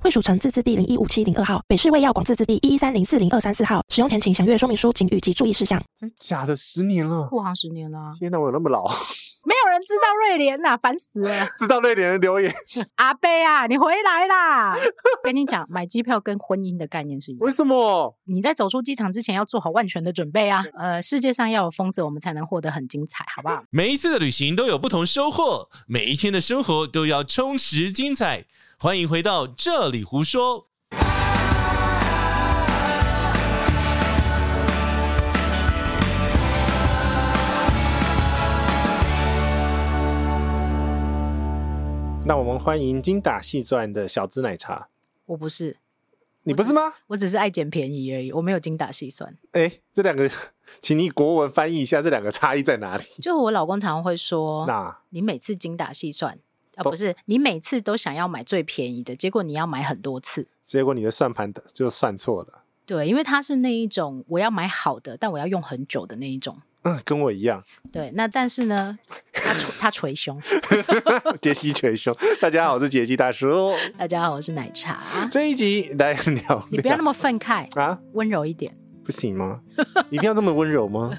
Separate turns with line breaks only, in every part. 惠蜀城自治地零一五七零二号，北市卫药广自治地一一三零四零二三四号。使用前请详阅说明书请及注意事项。
真假的，十年了！
过好十年了啊，
天哪，我有那么老？
没有人知道瑞莲呐、烦死 了！
知道瑞典的留言，
阿贝啊，你回来啦！ 跟你讲，买机票跟婚姻的概念是一样
为。什么？
你在走出机场之前要做好万全的准备啊！呃，世界上要有疯子，我们才能获得很精彩，好 不好？
每一次的旅行都有不同收获，每一天的生活都要充实精彩。欢迎回到这里胡说。
那我们欢迎精打细算的小资奶茶，
我不是，
你不是吗？
我只是爱捡便宜而已，我没有精打细 算。
哎，这两个， 请你国文翻译一下这两个差异在哪里？
就我老公常常会说，
那
你每次精打细算啊、
不
不是你每次都想要买最便宜的，结果你要买很多次。
结果你的算盘就算错了，
对，因为他是那一种我要买好的，但我要用很久的那一种。
嗯，跟我一样，
对，那但是呢，他捶他捶胸。
杰西捶胸。大家好，我是杰西大叔。
大家好，我是奶茶。
这一集来聊聊，
你不要那么愤慨，
啊，
温柔一点，
不行吗？一定要这么温柔 吗？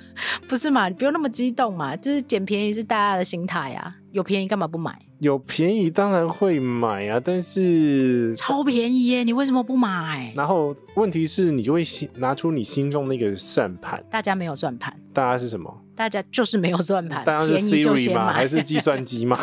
不是嘛？你不用那么激动嘛，就是捡便宜是大家的心态呀、有便宜干嘛不买？
有便宜当然会买啊，但是
超便宜耶，你为什么不买？
然后问题是你就会心拿出你心中那个算盘，
大家没有算盘，
大家是什么？
大家就是没有算盘，
大家是
啊便宜就
Siri
先
吗？还
买，
是计算机吗？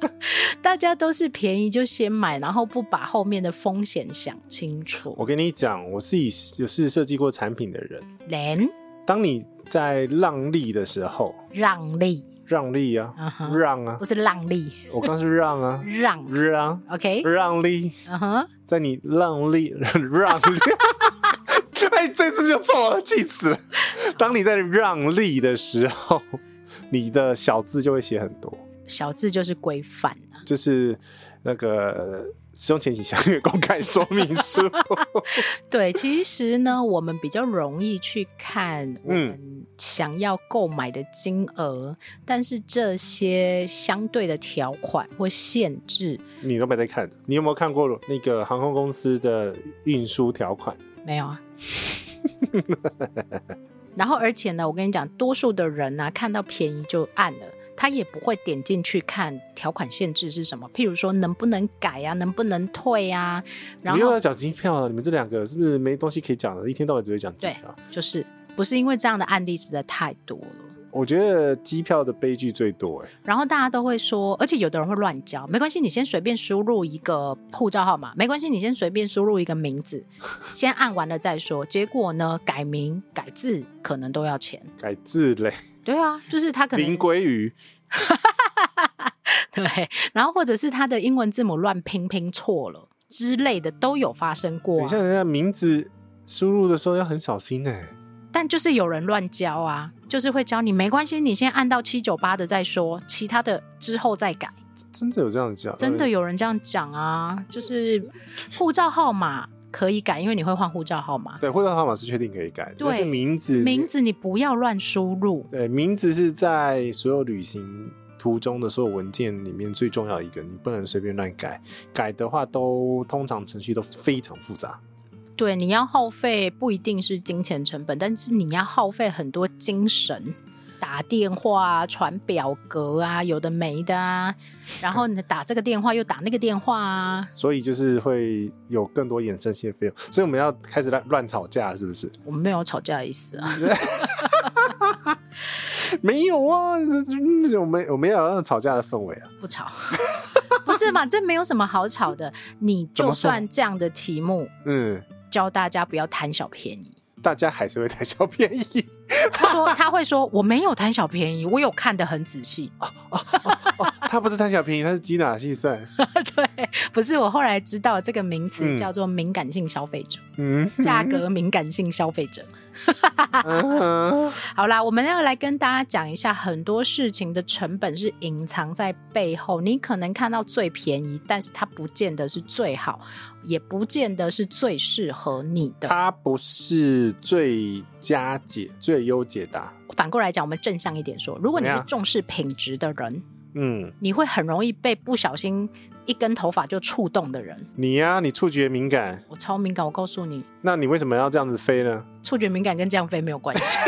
大家都是便宜就先买，然后不把后面的风险想清
我
楚。
跟你讲，我自己有是设计过产品的人，
人
当你在让利的时候，
让利，
让利啊，
嗯哼，
让啊
不，是让利，
我刚是让 啊，
让
让
，OK，
让利，
嗯哼，
在你让利 让利，哎，这次就错了，气死了。当你在让利的时候，你的小字就会写很多。
小字就是规范啊。
就是那个使用前请详阅公开说明 书。
对，其实呢，我们比较容易去看我
嗯
们想要购买的金额，但是这些相对的条款或限制
你都没在看，你有没有看过那个航空公司的运输条款？
没有啊。 然后，而且呢，我跟你讲，多数的人呢、看到便宜就按了，他也不会点进去看条款限制是什么，譬如说能不能改啊，能不能退啊，
你
然
们
后
又要讲机票了，你们这两个是不是没东西可以讲了？一天到晚只会讲机票。
就是不是因为这样的案例实在太多了。
我觉得机票的悲剧最多、欸，
然后大家都会说，而且有的人会乱教，没关系，你先随便输入一个护照号码，没关系，你先随便输入一个名 字，先按完了再说。结果呢，改名改字可能都要钱。
改字嘞，
对啊，就是他可
林
能
鲑鱼，
对，然后或者是他的英文字母乱拼拼错了之类的都有发生过
等
啊、
一下人家名字输入的时候要很小心哎、
但就是有人乱教啊，就是会教你没关系，你先按到七九八的再说，其他的之后再改。
真的有这样讲？
真的有人这样讲啊，就是护照号码可以改，因为你会换护照号码。
对，护照号码是确定可以改的，
对
但是名字
名字你不要乱输入，
对，名字是在所有旅行途中的所有文件里面最重要一个，你不能随便乱改。改的话都，通常程序都非常复杂。
对，你要耗费不一定是金钱成本，但是你要耗费很多精神。打电话啊，传表格啊，有的没的啊，然后你打这个电话又打那个电话啊，
所以就是会有更多衍生性的费用，所以我们要开始乱乱吵架，是不是？
我们没有吵架的意思啊。
没有啊，这这我们我们要让吵架的氛围啊。
不吵，不是嘛？这没有什么好吵的。你
怎么
就
说
算这样的题目，
嗯，
教大家不要贪小便宜。
大家还是会贪小便宜。
他说他会说我没有贪小便宜，我有看得很仔细。
他不是贪小便宜，他是精打细算。
对，不是我后来知道这个名词
嗯
叫做敏感性消费者，
嗯，
价格敏感性消费者。
嗯
好啦，我们要来跟大家讲一下，很多事情的成本是隐藏在背后。你可能看到最便宜，但是它不见得是最好，也不见得是最适合你的。
他不是最佳解、最优解答。
反过来讲，我们正向一点说，如果你
怎么
是
样
重视品质的人，
嗯，
你会很容易被不小心一根头发就触动的人。
你呀、你触觉敏感，
我超敏感，我告诉你，
那你为什么要这样子飞呢？
触觉敏感跟降飞没有关系。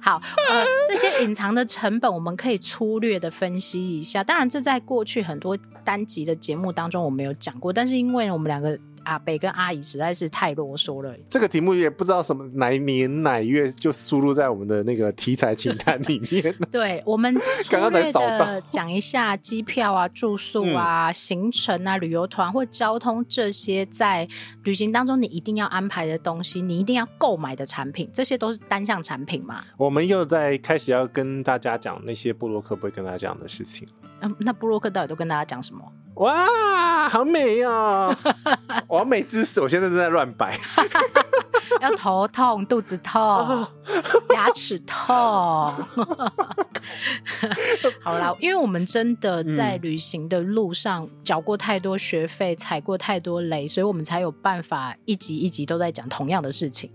好，呃，这些隐藏的成本我们可以粗略的分析一下。当然，这在过去很多单集的节目当中我们有讲过，但是因为我们两个阿北跟阿姨实在是太啰嗦了，
这个题目也不知道什么哪一年哪一月就输入在我们的那个题材清单里面。
对我们 粗
刚刚才
略
扫
的
到 嗯
讲一下机票啊、住宿啊、行程啊、旅游团或交通这些在旅行当中你一定要安排的东西，你一定要购买的产品，这些都是单项产品嘛。
我们又在开始要跟大家讲那些布洛克不会跟大家讲的事情。
嗯，那布洛克到底都跟大家讲什么？
哇，好美哦！完美知识，我现在正在乱摆
要头痛、肚子痛、牙齿痛。 好啦，因为我们真的在旅行的路上缴过太多学费，踩过太多雷，所以我们才有办法一集一集都在讲同样的事情。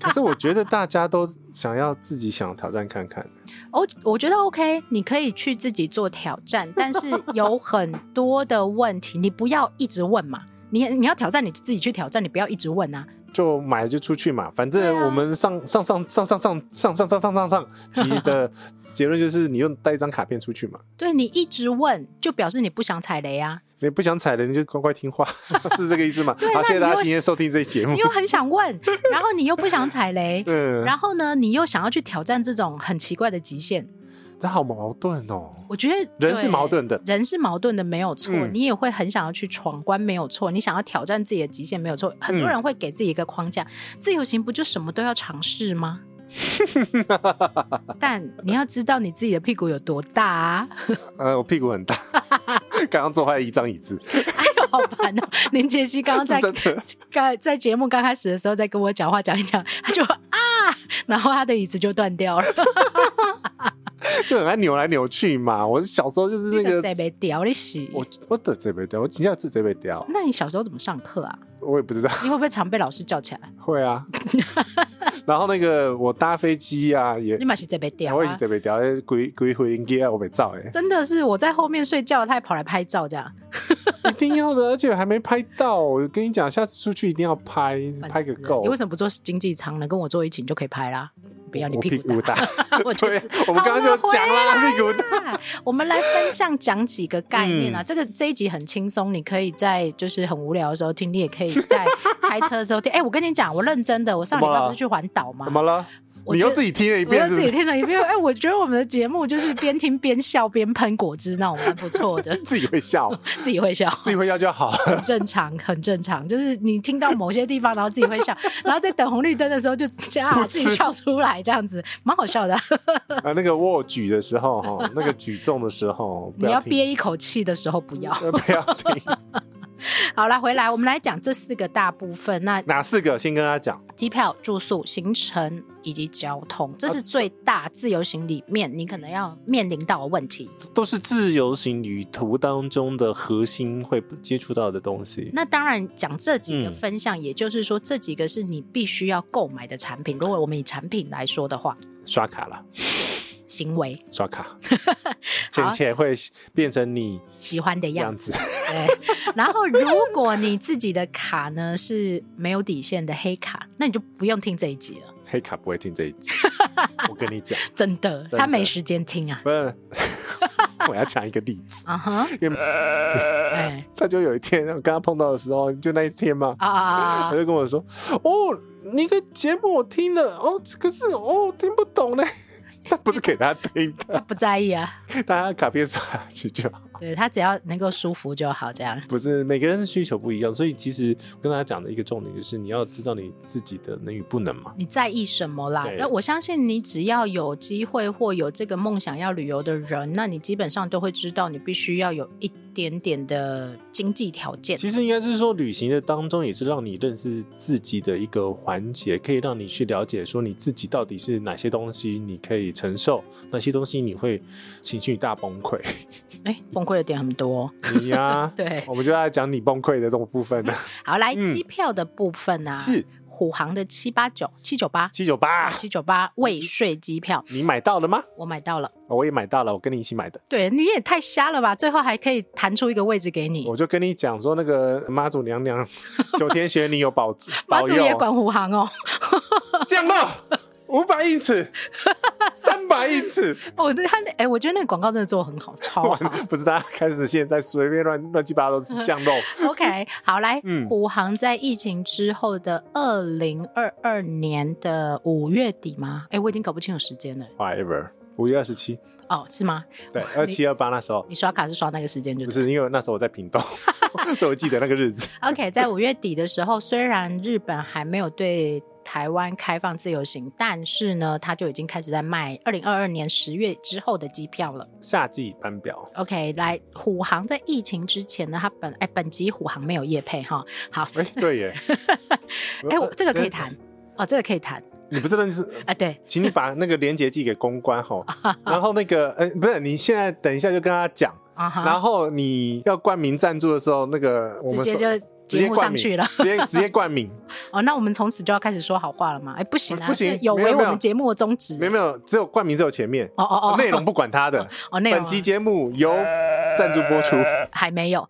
可是我觉得大家都想要自己想挑战看看。
我哦我觉得 OK，你可以去自己做挑战，但是有很多的问题，你不要一直问嘛。你你要挑战，你就自己去挑战，你不要一直问啊。
就买就出去嘛，反正
对啊
我们上上上上上上上上上上上上集的结论就是，你用带一张卡片出去嘛。
对你一直问，就表示你不想踩雷啊。
你不想踩的，你就乖乖听话， 是这个意思吗？好，谢谢大家今天收听这期节目
你。又很想问，然后你又不想踩雷，
嗯，
然后呢，你又想要去挑战这种很奇怪的极限。
这好矛盾哦。
我觉得
人
对
是矛盾的
人是矛盾的，没有错。
嗯
你也会很想要去闯关，没有错。你想要挑战自己的极限，没有错。很
嗯
多人会给自己一个框架，自由行不就什么都要尝试 吗？但你要知道你自己的屁股有多大、啊，
呃，我屁股很大， 刚刚坐坏一张椅子，
哎呦，好烦哦！林杰西刚刚在
是 真的。
刚在节目刚开始的时候，在跟我讲话讲一讲，他就啊，然后他的椅子就断掉了。
就很爱扭来扭去嘛。我小时候就是那
这
个，
被屌你死。
我我的这边掉，我今天是这边掉，
那你小时候怎么上课啊？
我也不知道。
你会不会常被老师叫起来？
会 啊，然后那个我搭飞机啊，也
你嘛是这被屌
我也是
啊！
这边掉，呃鬼鬼回音机啊，我没照哎，
真的是我在后面睡觉，他还跑来拍照，这样
一定要的，而且还没拍到。我跟你讲，下次出去一定要拍，拍个
烦死了
够
你。为什么不坐经济舱呢？跟我坐一起你就可以拍啦。不要你
我
屁
屁
股
股
大
大，
我就
对啊
知，
我们刚刚就讲
好
啦，屁股大。
大。 我们来分享讲几个概念
嗯
啊，这个这一集很轻松，你可以在就是很无聊的时候听，你也可以在开车的时候听。哎，我跟你讲，我认真的，我上礼
怎么啊
拜
了
不是去环岛吗
怎？么了？
我
你
觉
又
得
自己听了一
我又
遍，是
自
不
己
是？，
听了一遍，哎，我觉得我们的节目就是边听边笑边喷果汁，那种蛮不错的
自己会笑，
自己会笑，
自己会笑就 好了。
很正常，很正常。就是你听到某些地方，然后自己会 笑，然后在等红绿灯的时候就啊自己笑出来，这样子蛮好笑的。
啊，那个握举的时候哈，那个举重的时候，不
你要
听
憋一口气的时候不要。
呃不要 听。
好啦，回来我们来讲这四个大部分，那
哪四个？先跟他讲。
机票、住宿、行程以及交通，这
啊
是最大自由行里面你可能要面临到的问题。
都是自由行旅途当中的核心会接触到的东西。
那当然，讲这几个
嗯
分项，也就是说，这几个是你必须要购买的产品。如果我们以产品来说的话，
刷卡了，
行为
刷 卡，钱钱会变成你
喜欢的样
样
子。
子。
对。然后，如果你自己的卡呢是没有底线的黑卡，那你就不用听这一集了，
黑卡不会听这一 集，我跟你讲，
真的，
的
他没时间听啊。
不是， 我要讲一个例子，
啊哈，
因为
哎，
他就有一天我跟他碰到的时候，就那一天嘛，
啊啊啊
他
啊！
就跟我说：“哦，那个节目我听了，哦，可是哦听 不懂呢。”他不是给他听
他
的，
不在意啊，
大家卡片刷下去就好。
对他只要能够舒服就好，这样
不是每个人的需求不一样，所以其实跟大家讲的一个重点就是你要知道你自己的能与不能嘛。
你在意什么啦
对？
但我相信你只要有机会或有这个梦想要旅游的人，那你基本上都会知道，你必须要有一点点的经济条件。
其实应该是说，旅行的当中也是让你认识自己的一个环节，可以让你去了解说你自己到底是哪些东西你可以承受，哪些东西你会情绪大崩溃。
哎，崩溃的点很多。哦
你呀、
对，
我们就在讲你崩溃的这种部分呢、
好，来
哦嗯
机票的部分啊，
是啊
虎航的七八九七九八
七九八，
七九八未税机票，
你买到了吗？哦
我买到了。
我也买到了，我跟你一起买的。
对，你也太瞎了吧！最后还可以弹出一个位置给你，
我就跟你讲说，那个妈祖娘娘九天玄女有保
妈
保
祖
佑，
也管虎航哦。
降到五百英尺，三百英尺，
哦，那他那哎、我觉得那个广告真的做得很好， 超好。
不是大家开始现在随便乱乱七八糟吃 酱肉，
OK，好来，
嗯
虎航在疫情之后的二零二二年的五月底吗？哎、我已经搞不清楚时间了。
whatever。五月二十七，
哦，是吗？
对，二七二八那时候
你刷卡是刷那个时间就
不
对。
是因为那时候我在屏 东，所以我记得那个日子。
OK，在五月底的时候，虽然日本还没有对台湾开放自由行，但是呢，他就已经开始在卖二零二二年十月之后的机票了。
夏季班表，
OK，来，虎航在疫情之前呢，它本哎本集虎航没有业配哈。好，
哎、对 耶，呃
哎，我这个可以谈哦，这个可以谈
你不是认识？
啊，对，
请你把那个链接寄给公关 吼，然后那个，呃，不是，你现在等一下就跟他讲，
啊哈，
然后你要冠名赞助的时候，那个我
直
们
接
说
就
直
节
接
目
冠
上
名
去了。
直接直接冠 名，
哦，那我们从此就要开始说好话了吗？哎，不行啊，
不行
这有
没有
违我
没有
们节目的宗旨。
没有没有，只有冠名只有前面，
哦哦哦，
内容不管他的。
哦内容
本
啊
集节目由赞助播出，
还没有，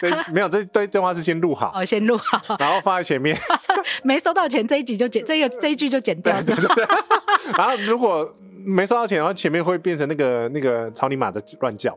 对，没有这对电话是先录好，
哦，先录 好，
然后放在前 面，
没收到钱这一集就剪，这个这一句就剪掉是吧？
然后如果没收到钱，然后前面会变成那个那个草泥马在乱叫，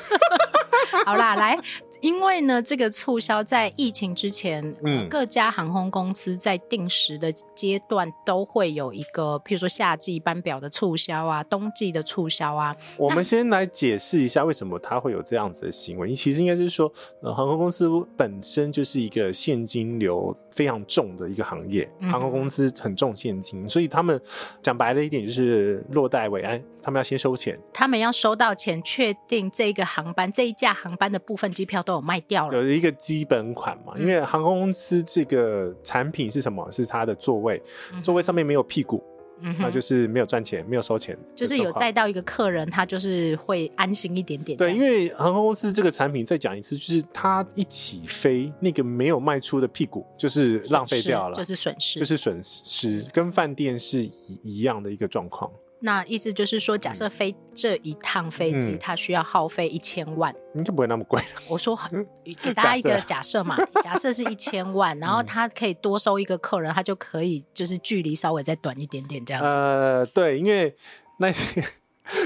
好啦，来，因为呢，这个促销在疫情之前，
嗯
各家航空公司在定时的阶段都会有一个，譬如说夏季班表的促销啊，冬季的促销啊，
我们先来解释一下为什么它会有这样子的行为。其实应该是说，呃，航空公司本身就是一个现金流非常重的一个行业，
嗯
航空公司很重现金，所以他们讲白了一点就是落袋为安，他们要先收钱，
他们要收到钱，确定这个航班这一架航班的部分机票都有卖掉了。嗯
有一个基本款嘛。因为航空公司这个产品是什么？是它的座位，
嗯
座位上面没有屁股，
嗯
那
哼，
就是没有赚钱，没有收钱，
就
这
是有
种
载到一个客人，他就是会安心一点点这
对，
样。
因为航空公司这个产品再讲一次，就是它一起飞，那个没有卖出的屁股就是浪费掉了，
损失就
就是
是损失。
损失，跟饭店是一一样的一个状况。
那意思就是说，假设飞这一趟飞机，
嗯
它需要耗费一千万。
应该不会那么贵，
我说
嗯
很给大家一个假设嘛，假设是一千万，然
嗯
后他可以多收一个客人，他就可以就是距离稍微再短一点点这样子。
呃，对，因为那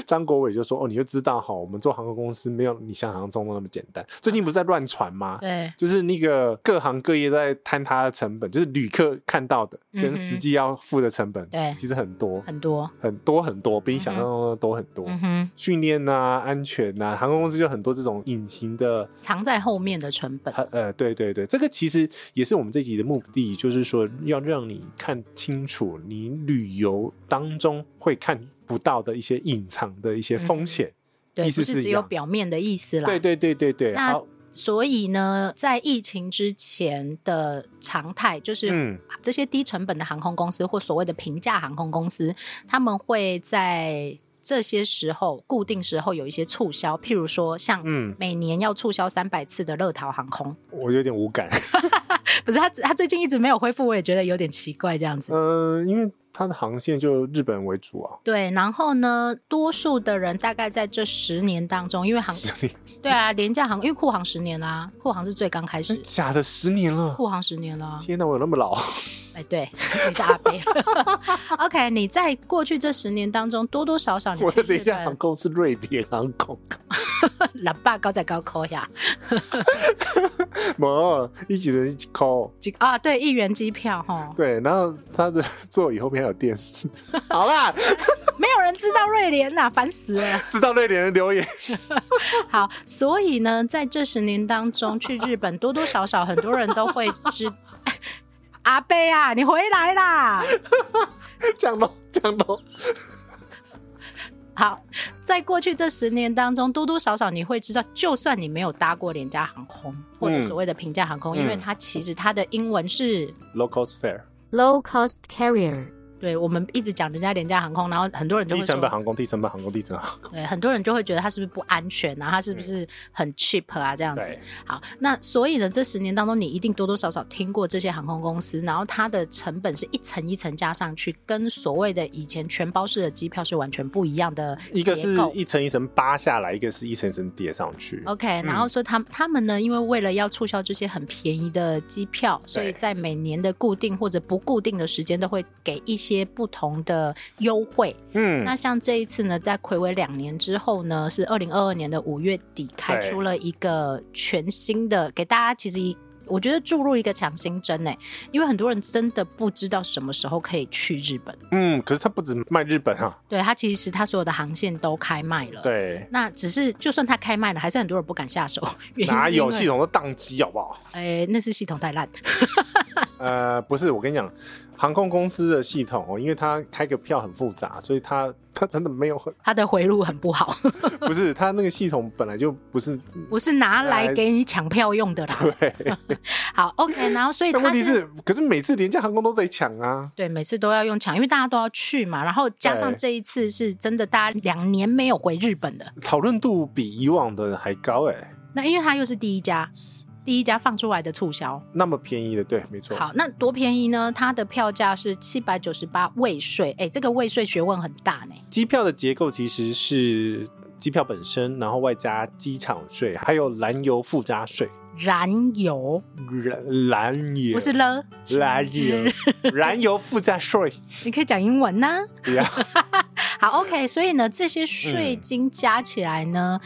张国伟就说：“哦，你就知道哈，我们做航空公司没有你想象中的那么简单。最近不是在乱传吗？
对，
就是那个各行各业在摊它的成本，就是旅客看到的
嗯
跟
哼
实际要付的成本，
对
其实很多
很多，
很多很多，比你想象中的多很多。
嗯哼，
训练呐、安全呐、航空公司就很多这种隐形的，
藏在后面的成本。
呃，对对对，这个其实也是我们这集的目的，就是说要让你看清楚你旅游当中会看不到的一些隐藏的一些风险。
嗯对，
意思
不
是
是只
一
有
样
表面的意思啦。
对对对对对，
那
好，
所以呢，在疫情之前的常态就是，
嗯
这些低成本的航空公司或所谓的平价航空公司，他们会在这些时候固定时候有一些促销，譬如说像
嗯，
每年要促销三百次的乐桃航空，
我有点无感，
不是他他最近一直没有恢复，我也觉得有点奇怪这样子。
嗯、因为它的航线就日本为主啊，
对，然后呢，多数的人大概在这十年当中，因为航
十年，
对啊，廉价航因为库航十年啦、啊库航是最刚开
真
始
的，哎假的十年了，
库航十年啦、
天哪，我有那么老？
哎，对， 你是阿贝。OK，你在过去这十年当中，多多少少你
我
去
的
日
廉价航
本，
空是瑞典航空。
喇叭高在高扣呀，
没，一起人一起 call。
这个啊，对，一元机票哈。
对，然后他的 座椅后面还有电视。好啦，
没有人知道瑞莲呐、烦死了。
知道瑞莲的留言，
好，所以呢，在这十年当中，去日本多多少少很多人都会知。 阿贝啊，你回来啦！
降龙降龙，
好，在过去这十年当中，多多少少你会知道，就算你没有搭过廉价航空或者所谓的平价航空，因为
嗯
它其实它的英文是
local sphere
low cost carrier,
对我们一直讲人家廉价航空，然后很多人就
低
会
成本
说，
航空，低成本航空，低成本航空，
对，很多人就会觉得它是不是不安全啊，它是不是很 cheap 啊这样子。
嗯对，
好，那所以呢，这十年当中，你一定多多少少听过这些航空公司，然后它的成本是一层一层加上去，跟所谓的以前全包式的机票是完全不一样的
一
结
个是
构。哦
一层一层扒下来，一个是一层一层叠上去。
OK，、然后说他们他们呢，因为为了要促销这些很便宜的机票，所以在每年的固定或者不固定的时间都会给一些不同的优惠。
嗯
那，像这一次呢，在暌违两年之后呢，是二零二二年的五月底开
对
出了一个全新的，给大家其实我觉得注入一个强心针呢、因为很多人真的不知道什么时候可以去日本。
嗯，可是它不止卖日本啊，
对它其实它所有的航线都开卖了。。
对，
那只是，就算它开卖了，还是很多人不敢下手。原因
哪
是 因
有
为
系统都宕机好不好？
哎，那是系统太烂。
呃，不是，我跟你讲，航空公司的系统哦，因为它开个票很复杂，所以它它真的没有很，
它的回路很不好，
不是它那个系统本来就不是，
不是拿来给你抢票用的啦。
哎对。
好，OK，然后所以
但
它
问题
是
是，可是每次廉价航空都得抢啊，
对，每次都要用抢，因为大家都要去嘛。然后加上
对
这一次是真的，大家两年没有回日本的，
讨论度比以往的还高哎、
那因为它又是第一家，第一家放出来的促销。
那么便宜的，对，没错。
好，那多便宜呢？它的票价是七百九十八未税，哎，这个未税学问很大呢。
机票的结构其实是机票本身，然后外加机场税，还有燃油附加税。
燃油
燃燃油
不是了，
燃油，燃油附加税。
你可以讲英文呢、
呀
好，OK，所以呢，这些税
嗯
金加起来呢，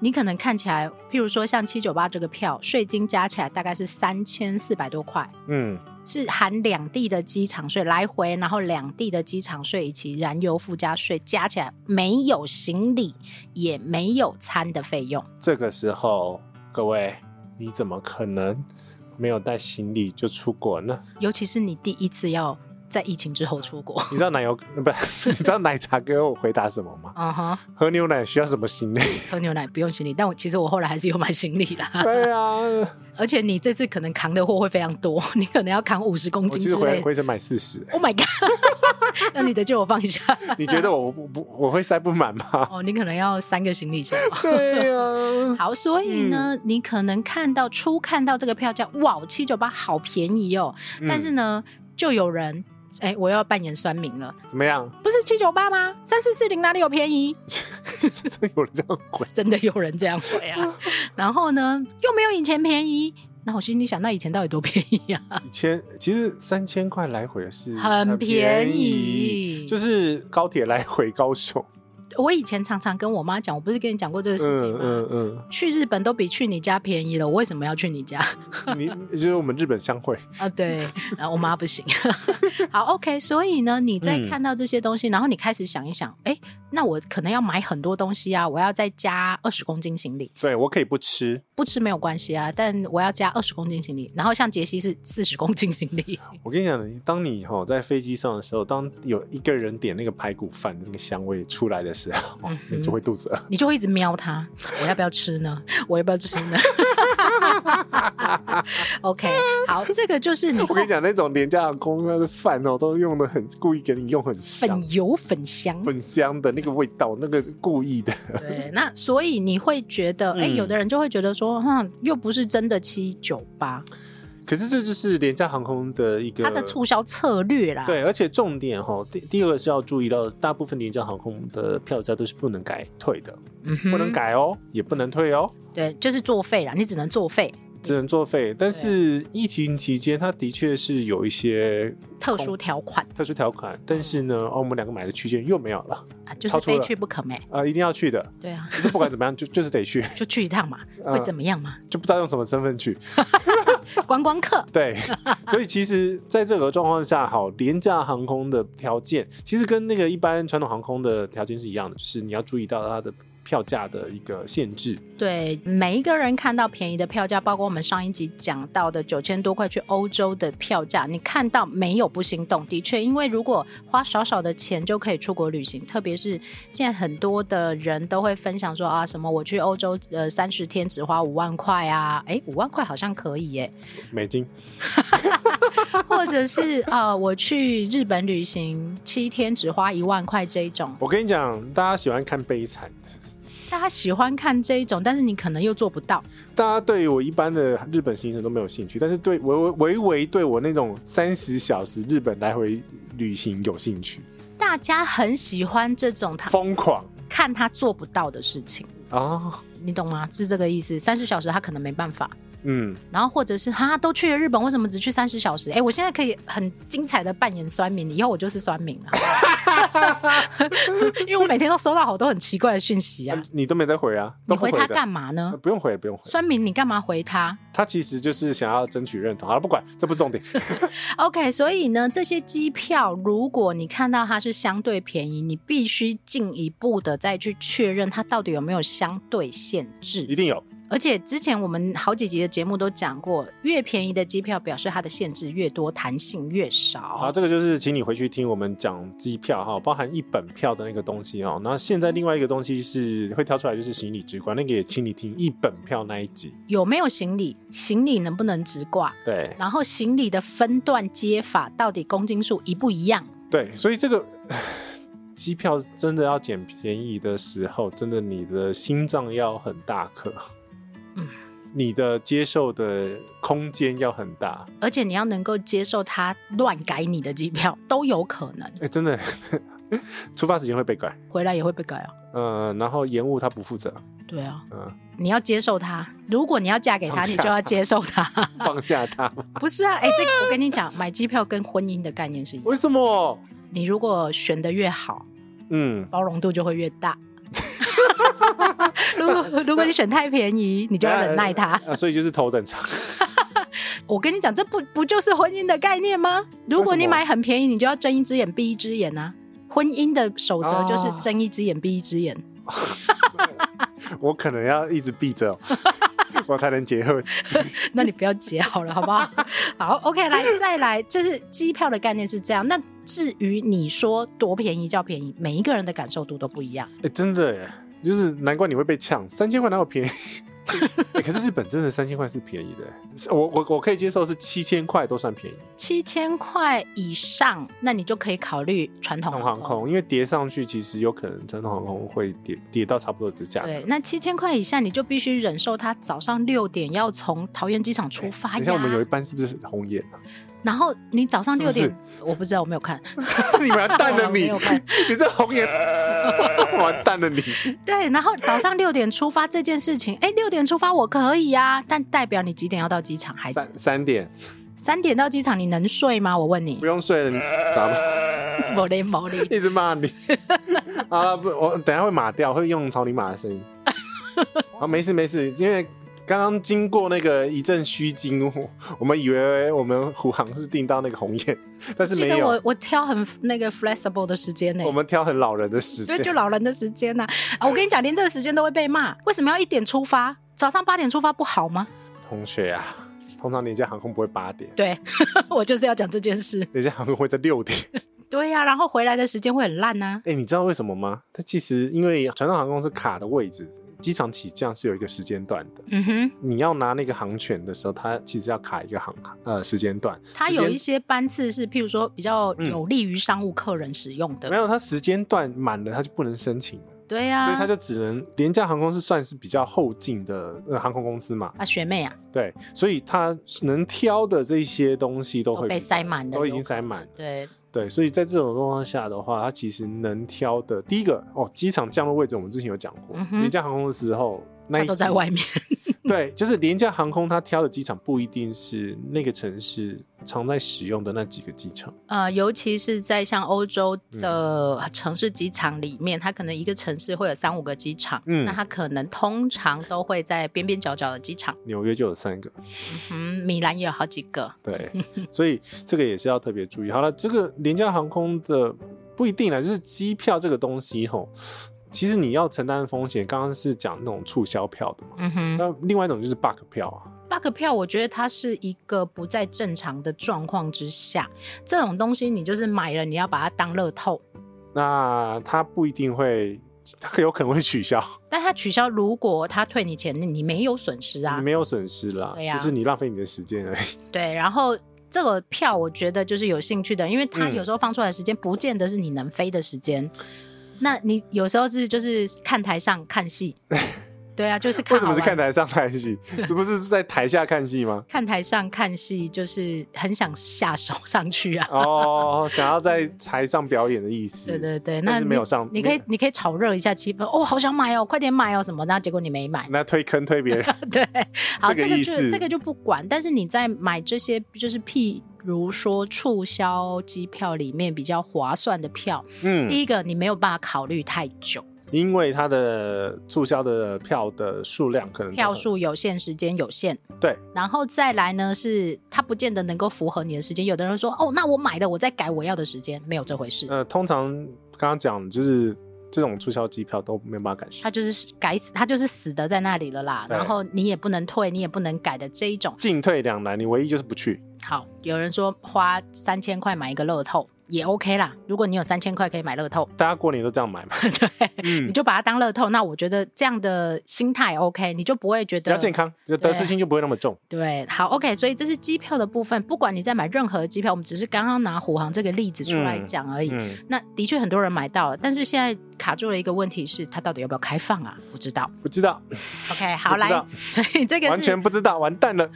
你可能看起来，譬如说像七九八这个票，税金加起来大概是三千四百多块，
嗯，
是含两地的机场税来回，然后两地的机场税以及燃油附加税加起来，没有行李也没有餐的费用。
这个时候，各位，你怎么可能没有带行李就出国呢？
尤其是你第一次要在疫情之后出国，
你知道奶油 不是？你知道奶茶给我回答什么吗？
嗯哼，
喝牛奶需要什么行 李？
喝牛奶不用行李，但我其实我后来还是有买行李的。
对啊，
而且你这次可能扛的货会非常多，你可能要扛五十公
我
斤
其
之
实
类
回
的。
回程买四十、
Oh my god！那 你的借我放一下
你觉得我不不我会塞不满 吗？
哦，你可能要三个行李箱。
对啊，
好，所以呢，
嗯
你可能看到初看到这个票价，哇，七九八好便宜哦。 但是
嗯、
呢，就有人，哎，我又要扮演酸民了，
怎么样？
不是七九八吗？三四四零哪里有便宜？
真有人这样回？
真的有人这样回
嗯
啊。 然后呢，又没有以前便宜。那我心里想，那以前到底多便宜啊？
以前其实三千块来回是
很便
便
宜
就是高铁来回高雄。
我以前常常跟我妈讲，我不是跟你讲过这个事情
嗯
吗？
嗯
去日本都比去你家便宜了，我为什么要去你家
嗯，你就是我们日本商会，
啊？对，然后我妈不行。 好，OK，所以呢，你在
嗯
看到这些东西，然后你开始想一想，哎，那我可能要买很多东西啊，我要再加二十公斤行李，
对我可以不吃，
不吃没有关系啊，但我要加二十公斤行李。然后像杰西是四十公斤行李，
我跟你讲，你当你哈在飞机上的时候，当有一个人点那个排骨饭的那个香味出来的时 候，
嗯
哦你就会肚子饿。
你就会一直瞄它，我要不要吃呢？我要不要吃呢？OK，好，这个就是你
我跟你讲，那种廉价的公司的饭哦，都用的很故意给你用很香
粉油粉香。
粉香的那个味道，那个故意的。
对，那所以你会觉得，哎、
嗯
有的人就会觉得说，哼、又不是真的七九八，
可是这就是廉价航空的一个
它的促销策略啦。，
对，而且重点哈，第第二个是要注意到，大部分廉价航空的票价都是不能改退的，
嗯
不能
哼，
改哦，也不能退哦，
对，就是作废啦，你只能作废，
只能作废。但是疫情期间，它的确是有一些
特殊条款
特殊条款，但是呢，哦，我们两个买的区间又没有了，
啊，就是
超出了
非去不可没。
啊、一定要去的，
对啊，
就是不管怎么样，就就是得去，
就去一趟嘛，
嗯
会怎么样嘛？
就不知道用什么身份去。
观光客，
对，所以其实在这个状况下，好，廉价航空的条件其实跟那个一般传统航空的条件是一样的，就是你要注意到它的票价的一个限制。
对每一个人看到便宜的票价，包括我们上一集讲到的九千多块去欧洲的票价，你看到没有不心动？的确，因为如果花少少的钱就可以出国旅行，特别是现在很多的人都会分享说啊，什么我去欧洲呃三十天只花五万块啊，诶，五万块好像可以耶，
美金
或者是啊、呃我去日本旅行七天只花一万块这一种，
我跟你讲，大家喜欢看悲惨，
大家喜欢看这一种，但是你可能又做不到。
大家对于我一般的日本行程都没有兴趣，但是对唯唯唯唯对我那种三十小时日本来回旅行有兴趣，
大家很喜欢这种他
疯狂
看他做不到的事情，
啊、
你懂吗？是这个意思。三十小时他可能没办法，
嗯，
然后或者是哈都去了日本，为什么只去三十小时？哎，我现在可以很精彩的扮演酸民，以后我就是酸民了， 因为我每天都收到好多很奇怪的讯息啊
啊。你都没在回啊，
你
都
回
不
他
的
干嘛呢
呃？不用回，不用回。
酸民，你干嘛回他？
他其实就是想要争取认同。好了，不管，这不重 点。
OK，所以呢，这些机票如果你看到它是相对便宜，你必须进一步的再去确认它到底有没有相对限
一
制。
定有，
而且之前我们好几集的节目都讲过，越便宜的机票表示它的限制越多，弹性越
好，
少。
这个就是请你回去听我们讲机票哈，包含一本票的那个东西哦。那现在另外一个东西是会挑出来，就是行李直观，那个也请你听一本票那一集。
有没有行李？行李能不能直挂？
对
然后行李的分段接法到底公斤数一不一样？
对，所以这个唉机票真的要捡便宜的时候，真的你的心脏要很大颗，
嗯
你的接受的空间要很大。
而且你要能够接受它乱改你的机票都有可能，
哎、真的， 出发时间会被改，
回来也会被改啊。
呃，然后延误他不负责，
对啊，
嗯、
你要接受他。如果你要嫁给他，
放下
你就要接受 他。
放下他。
不是啊，哎、这个我跟你讲，买机票跟婚姻的概念是一样。
为什么？
你如果选的越好，
嗯，
包容度就会越大。 如果如果你选太便宜，你就要忍耐 他。
啊，所以就是头等舱。
我跟你讲，这不不就是婚姻的概念吗？如果你买很便宜，你就要睁一只眼闭一只眼啊。婚姻的守则就是
哦
睁一只眼闭一只眼。
我可能要一直闭着 哦、我才能结婚。
那你不要结好了，好 不好？好，OK，来再来，就是机票的概念是这样。那至于你说多便宜叫便宜，每一个人的感受度都不一样。
哎、真的耶，就是难怪你会被呛，三千块哪有 便宜？欸可是日本真的三千块是便宜的耶，是我我我可以接受是七千块都算便宜。
七千块以上，那你就可以考虑传统
传统航。空因为叠上去，其实有可能传统航空会叠叠到差不多的价格。
对，那七千块以下，你就必须忍受他早上六点要从桃园机场出发
等一下我们有一
呀。
班是不是红眼啊？
然后你早上六
是
点，我不知道，我没有看。
你完蛋了
我 没
你
有看！
你这红眼完蛋了你！
对，然后早上六点出发这件事情，哎，六点出发我可以呀、但代表你几点要到机场？孩子，
三三点
三点到机场，你能睡吗？我问你
不。 用睡了，你咋办？
毛利毛利，
一直骂你啊！不，我等一下会码掉，会用草泥马的声 音。啊，没事没事，因为刚刚经过那个一阵虚惊，我我们以为我们虎航是订到那个红雁， 但是
记
没
得
有
我，我挑很那个 flexible 的时间呢、
我们挑很老人的时
对，就
间。
老人的时间呐、啊我跟你讲，连这个时间都会被骂，为什么要一点出发？早上八点出发不好吗？
同学啊，通常廉价航空不会八点，
对， 我就是要讲这件事。
廉价航空会在六点。
对呀、然后回来的时间会很烂啊呐、
哎、你知道为什么吗？它其实因为传统航空是卡的位置，机场起降是有一个时间段的。
嗯哼，
你要拿那个航权的时候，它其实要卡一个航呃时间段。
它
时
有
间嗯
一些班次是，譬如说比较有利于商务客人使用的。
没有，它时间段满了，它就不能申请了，
对啊呀、
所以它就只能廉价航空是算是比较后进的、呃、航空公司嘛，
啊，学妹啊，
对，所以它能挑的这些东西都
都
会
被塞满的
都已
有
经
可
塞满了，
对，
对，所以在这种状况下的话，它其实能挑的第一个哦，机场降落位置我们之前有讲过，
嗯哼
廉价航空的时候那
她
一
都在
集
外面。
对，就是廉价航空，它挑的机场不一定是那个城市常在使用的那几个机场。
呃，尤其是在像欧洲的
嗯
城市机场里面，它可能一个城市会有三五个机场，
嗯
那它可能通常都会在边边角角的机场，
纽约就有三个，
嗯，米兰也有好几个，
对，所以这个也是要特别注意。好了，这个廉价航空的不一定啦，就是机票这个东西吼，其实你要承担风险，刚刚是讲那种促销票的嘛，
嗯哼。
那另外一种就是 bug 票啊，
bug 票，我觉得它是一个不在正常的状况之下，这种东西你就是买了，你要把它当乐透，
那它不一定会，它有可能会取消，
但它取消，如果他退你钱，你没有损失啊
你，没有损失啦，
对呀啊
就是你浪费你的时间而已。
对，然后。这个票我觉得就是有兴趣的，因为它
嗯
有时候放出来的时间不见得是你能飞的时间，那你有时候是就是看台上 看戏，对啊，就是
为
看
什
好
么是
玩
看台上看 戏？这不是在台下看戏吗？
看台上看戏，就是很想下手上去啊，
哦，想 要在台上表演的意思。
对对对，
嗯但
那
是
你
没有上
你可以你可以炒热一下气氛，哦，好想买哦，快点买哦什么，那结果你没买，
那推坑推别人，
对，好，
这个
这个
意思
就这个就不管，但是你在买这些，就是譬如说促销机票里面比较划算的票，
嗯，
第一个你没有办法考虑太久，
因为它的促销的票的数量可能
票数有限，时间有限，
嗯对，
然后再来呢是它不见得能够符合你的时间，有的人说哦，那我买的我再改我要的时间，没有这回事，
呃，通常刚刚讲就是这种促销机票都没有办法改
他
行，
就是改死，他就是死的在那里了啦。
对
然后你也不能退，你也不能改的这一种。
进退两难，你唯一就是不去。
好，有人说花三千块买一个乐透也 OK 啦，如果你有三千块可以买乐透，
大家过年都这样买嘛，
对，
嗯
你，就把它当乐透。那我觉得这样的心态 OK，你就不会觉
比较
得
健康，就得失心就不会那么重。
对，好 OK。所以这是机票的部分，不管你在买任何机票，我们只是刚刚拿虎航这个例子出来讲而已。
嗯，
那的确很多人买到了，但是现在卡住了一个问题是，它到底要不要开放啊？不知道。
不知道，
OK，好
不知
来
道，
所以这个
完
是
全不知道，完蛋了。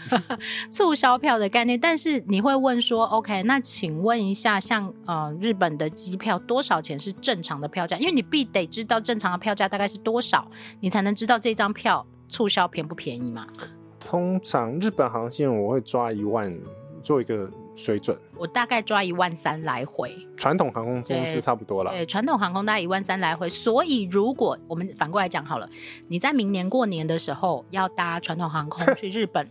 促销票的概念，但是你会问说，OK，那请问一下，像呃日本的机票多少钱是正常的票价？因为你必得知道正常的票价大概是多少，你才能知道这张票促销便不便宜嘛。
通常日本航线我会抓一万做一个水准，
我大概抓一万三来回，
传统航空公司
对
差不多啦。
对，传统航空大概一万三来回。所以如果我们反过来讲好了，你在明年过年的时候要搭传统航空去 日本，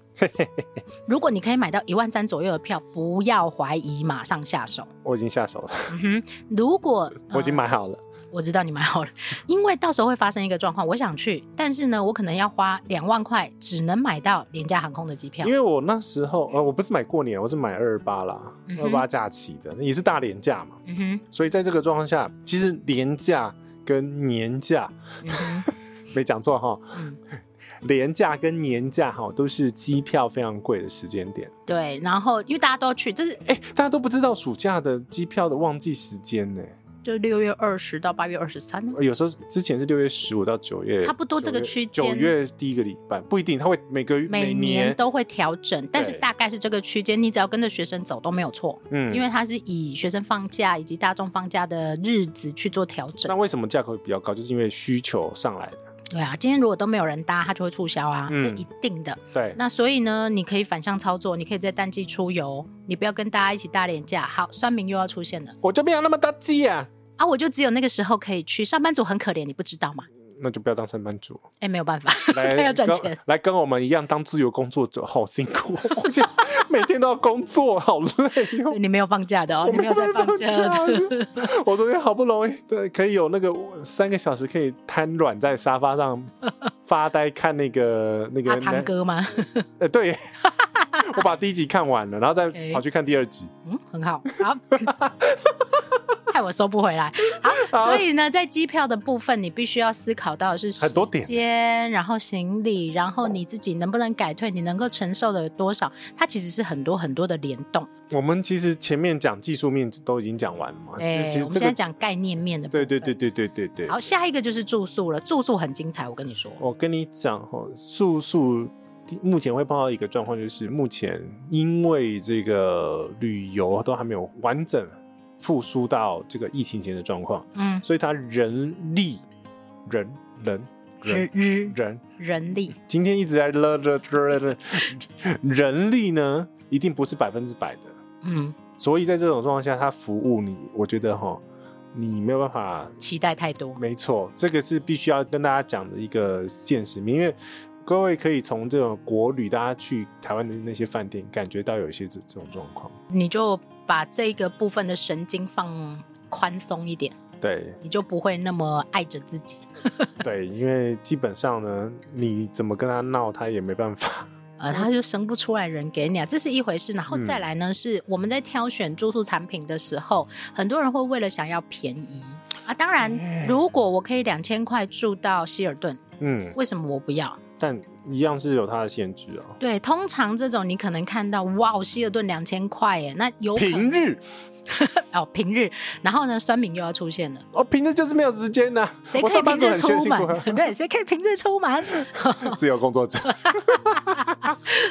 如果你可以买到一万三左右的票，不要怀疑，马上下手。
我已经下手了，
嗯哼，如果、
我已经
呃
买好了。
我知道你买好了， 因为到时候会发生一个状况，我想去，但是呢，我可能要花两万块，只能买到廉价航空的机票
因。为我那时候呃，我不是买过年，我是买二八啦，
嗯哼
二八假期的，也是大廉价嘛。
嗯哼，
所以在这个状况下，其实廉价跟年假
嗯哼，
没讲错哈，
嗯，
廉价跟年假哈都是机票非常贵的时间点。
对。然后因为大家都要去，这是
哎，大家都不知道暑假的机票的旺季时间呢、
就六月二十到八月二十三呢。
呃有时候之前是六月十五到九月，
差不多这个区间
九月第一个礼拜不一定，它会每个
每
年
年都会调整，但是
对
大概是这个区间，你只要跟着学生走都没有错，
嗯，
因为它是以学生放假以及大众放假的日子去做调整
那。为什么价格会比较高？就是因为需求上来的。
对啊，今天如果都没有人搭，它就会促销啊，
嗯
这一定的。
对，
那所以呢，你可以反向操作，你可以在淡季出游，你不要跟大家一起搭廉价。好，酸民又要出现了
我就没有那么大机啊，
啊！我就只有那个时候可以去，上班族很可怜，你不知道吗？
那就不要当上班族，
哎，没有办法，
来
他要赚
跟
钱。
来跟我们一样当自由工作者，好辛苦，哦我觉得每天都要工作，好累哦。
你没有放假的哦，
我
你没有在
办法
放假哦的。
这样我昨天好不容易对可以有那个三个小时可以瘫软在沙发 上发呆看那个那个
阿汤哥吗？
呃对，我把第一集看完了，然后再
OK
跑去看第二集。
嗯，很好，好。 害我收不回来，好，所以呢，在机票的部分，你必须要思考到的是
很多点
时间，然后行李，然后你自己能不能改退，你能够承受的有多少，它其实是很多很多的联动。
我们其实前面讲技术面都已经讲完了嘛，
对
就，啊其
哎我
实
们
这
现在
个
讲概念面的部
对
分。
对对。对对对对。
好，下一个就是住宿了，住宿很精彩，我跟你说。
我跟你讲哦，住宿目前会碰到一个状况，就是目前因为这个旅游都还没有完整复苏到这个疫情前的状况，
嗯，
所以它人力人人
日
人
日
人
人力
今天一直在了了了了，人力呢一定不是百分之百的，
嗯，
所以在这种状况下，他服务你，我觉得哈，你没有办法
期待太多，
没错，这个是必须要跟大家讲的一个现实面，因为各位可以从这种国旅，大家去台湾的那些饭店，感觉到有一些这这种状况。
你就把这个部分的神经放宽松一点，
对
你就不会那么爱着自己。
对，因为基本上呢，你怎么跟他闹，他也没办法。
呃，他就生不出来人给你啊，这是一回事。然后再来呢，是我们在挑选住宿产品的时候，很多人会为了想要便宜啊。当然，
哎
如果我可以两千块住到希尔顿，
嗯，
为什么我不要？
但一样是有它的限制哦。
对，通常这种你可能看到，哇，希尔顿两千块耶，那有可
平日
哦平日，然后呢，酸民又要出现了，
哦，平日就是没有时间呐、
谁
我
可以
上
平
班族
日
很
出
辛苦啊，
门？ 哦对，谁可以平日出门？
自由工作者。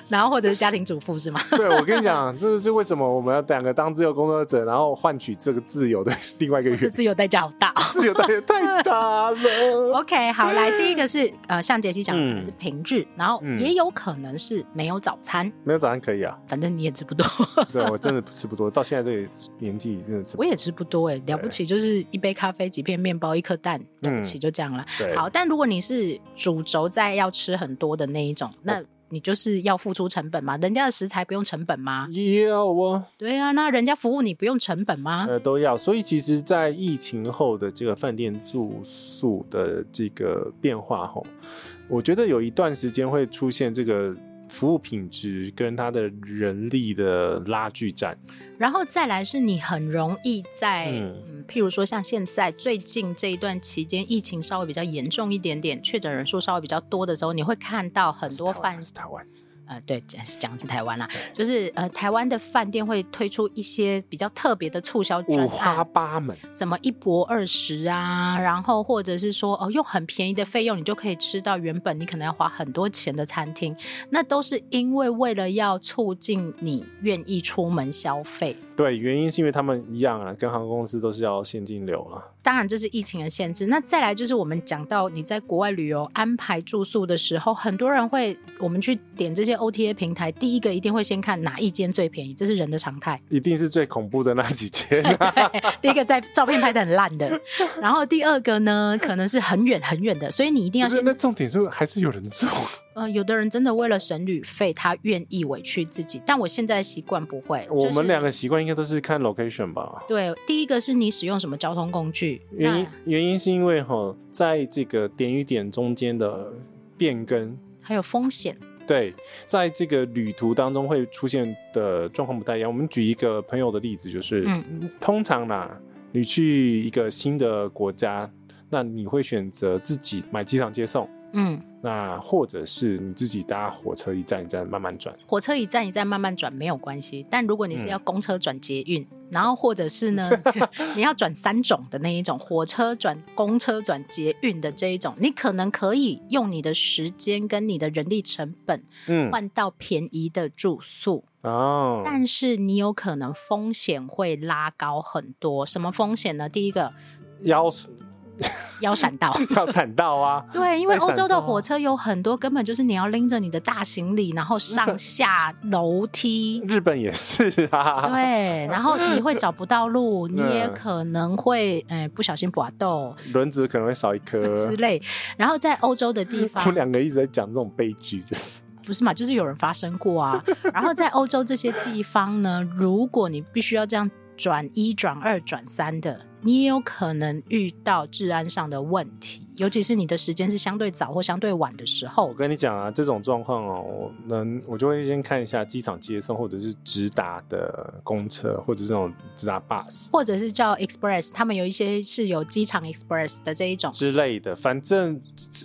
然后或者是家庭主妇是吗？
对，我跟你讲，这是为什么我们要两个当自由工作者，然后换取这个自由的另外一个
这
原
自由代价好大、哦。
自由代价太大了。
OK，好，来第一个是呃，像杰西讲的可能是
嗯
平日，然后
嗯
也有可能是没有早餐，
没有早餐可以啊。
反正你也吃不多，
对我真的吃不多，到现在这个年纪真的吃不
我
多。
也吃不多哎、了不起就是一杯咖啡、几片面包、一颗蛋，了
嗯
不起就这样了。
对，
好，但如果你是主轴在要吃很多的那一
哦
种，那你就是要付出成本嘛？人家的食材不用成本吗？
要哦，
对啊，那人家服务你不用成本吗？
呃，都要。所以其实，在疫情后的这个饭店住宿的这个变化吼，我觉得有一段时间会出现这个服务品质跟它的人力的拉锯战。
然后再来是你很容易在，
嗯
嗯，譬如说像现在最近这一段期间，疫情稍微比较严重一点点，确诊人数稍微比较多的时候，你会看到很多
台湾
饭
是台湾，
呃，对，讲讲的是台湾啦、就是呃，台湾的饭店会推出一些比较特别的促销专
五花
案，
八门。
什么一博二十啊，然后或者是说哦，用很便宜的费用，你就可以吃到原本你可能要花很多钱的餐厅，那都是因为为了要促进你愿意出门消费。
对，原因是因为他们一样啊，跟航空公司都是要现金流了。
当然，这是疫情的限制。那再来就是我们讲到你在国外旅游安排住宿的时候，很多人会我们去点这些 OTA 平台，第一个一定会先看哪一间最便宜，这是人的常态。
一定是最恐怖的那几间、啊，
第一个在照片拍的很烂的，然后第二个呢，可能是很远很远的，所以你一定要
不是？
先
那重点是还是有人住，
呃，有的人真的为了省旅费，他愿意委屈自己，但我现在习惯不会。
我
就是
们两个习惯应该都是看 location 吧。
对，第一个是你使用什么交通工具，
原因
那
原因是因为哈，在这个点与点中间的变更，
还有风险。
对，在这个旅途当中会出现的状况不太一样。我们举一个朋友的例子，就是、
嗯
通常啦，你去一个新的国家，那你会选择自己买机场接送，
嗯，
那或者是你自己搭火车一站一站慢慢转。
火车一站一站慢慢转没有关系，但如果你是
嗯
要公车转捷运，然后或者是 呢，你要转三种的那一种，火车转公车转捷运的这一种，你可能可以用你的时间跟你的人力成本
嗯，
换到便宜的住宿，
哦，
但是你有可能风险会拉高很多。什么风险呢？第一个
腰
腰闪到。
要闪到啊，
对，因为
嗯被闪
欧洲的
到啊
火车有很多，根本就是你要拎着你的大行李，然 后上下楼梯，
日本也是啊，
对，然后你会找不到路，你也
嗯
可能会哎不小心拔豆
轮子可能会少一颗。
之类。然后在欧洲的地
我
方
们，两个一直在讲这种悲剧，真是。
不是嘛，就是有人发生过啊。然后在欧洲这些地方呢，如果你必须要这样转一、转二、转三的，你也有可能遇到治安上的问题，尤其是你的时间是相对早或相对晚的时候
我。跟你讲啊，这种状况哦，我能我就会先看一下机场接送或者是直达的公车，或者这种直达 bus
或者是叫 express，他们有一些是有机场 express 的这一种，
之类的。反正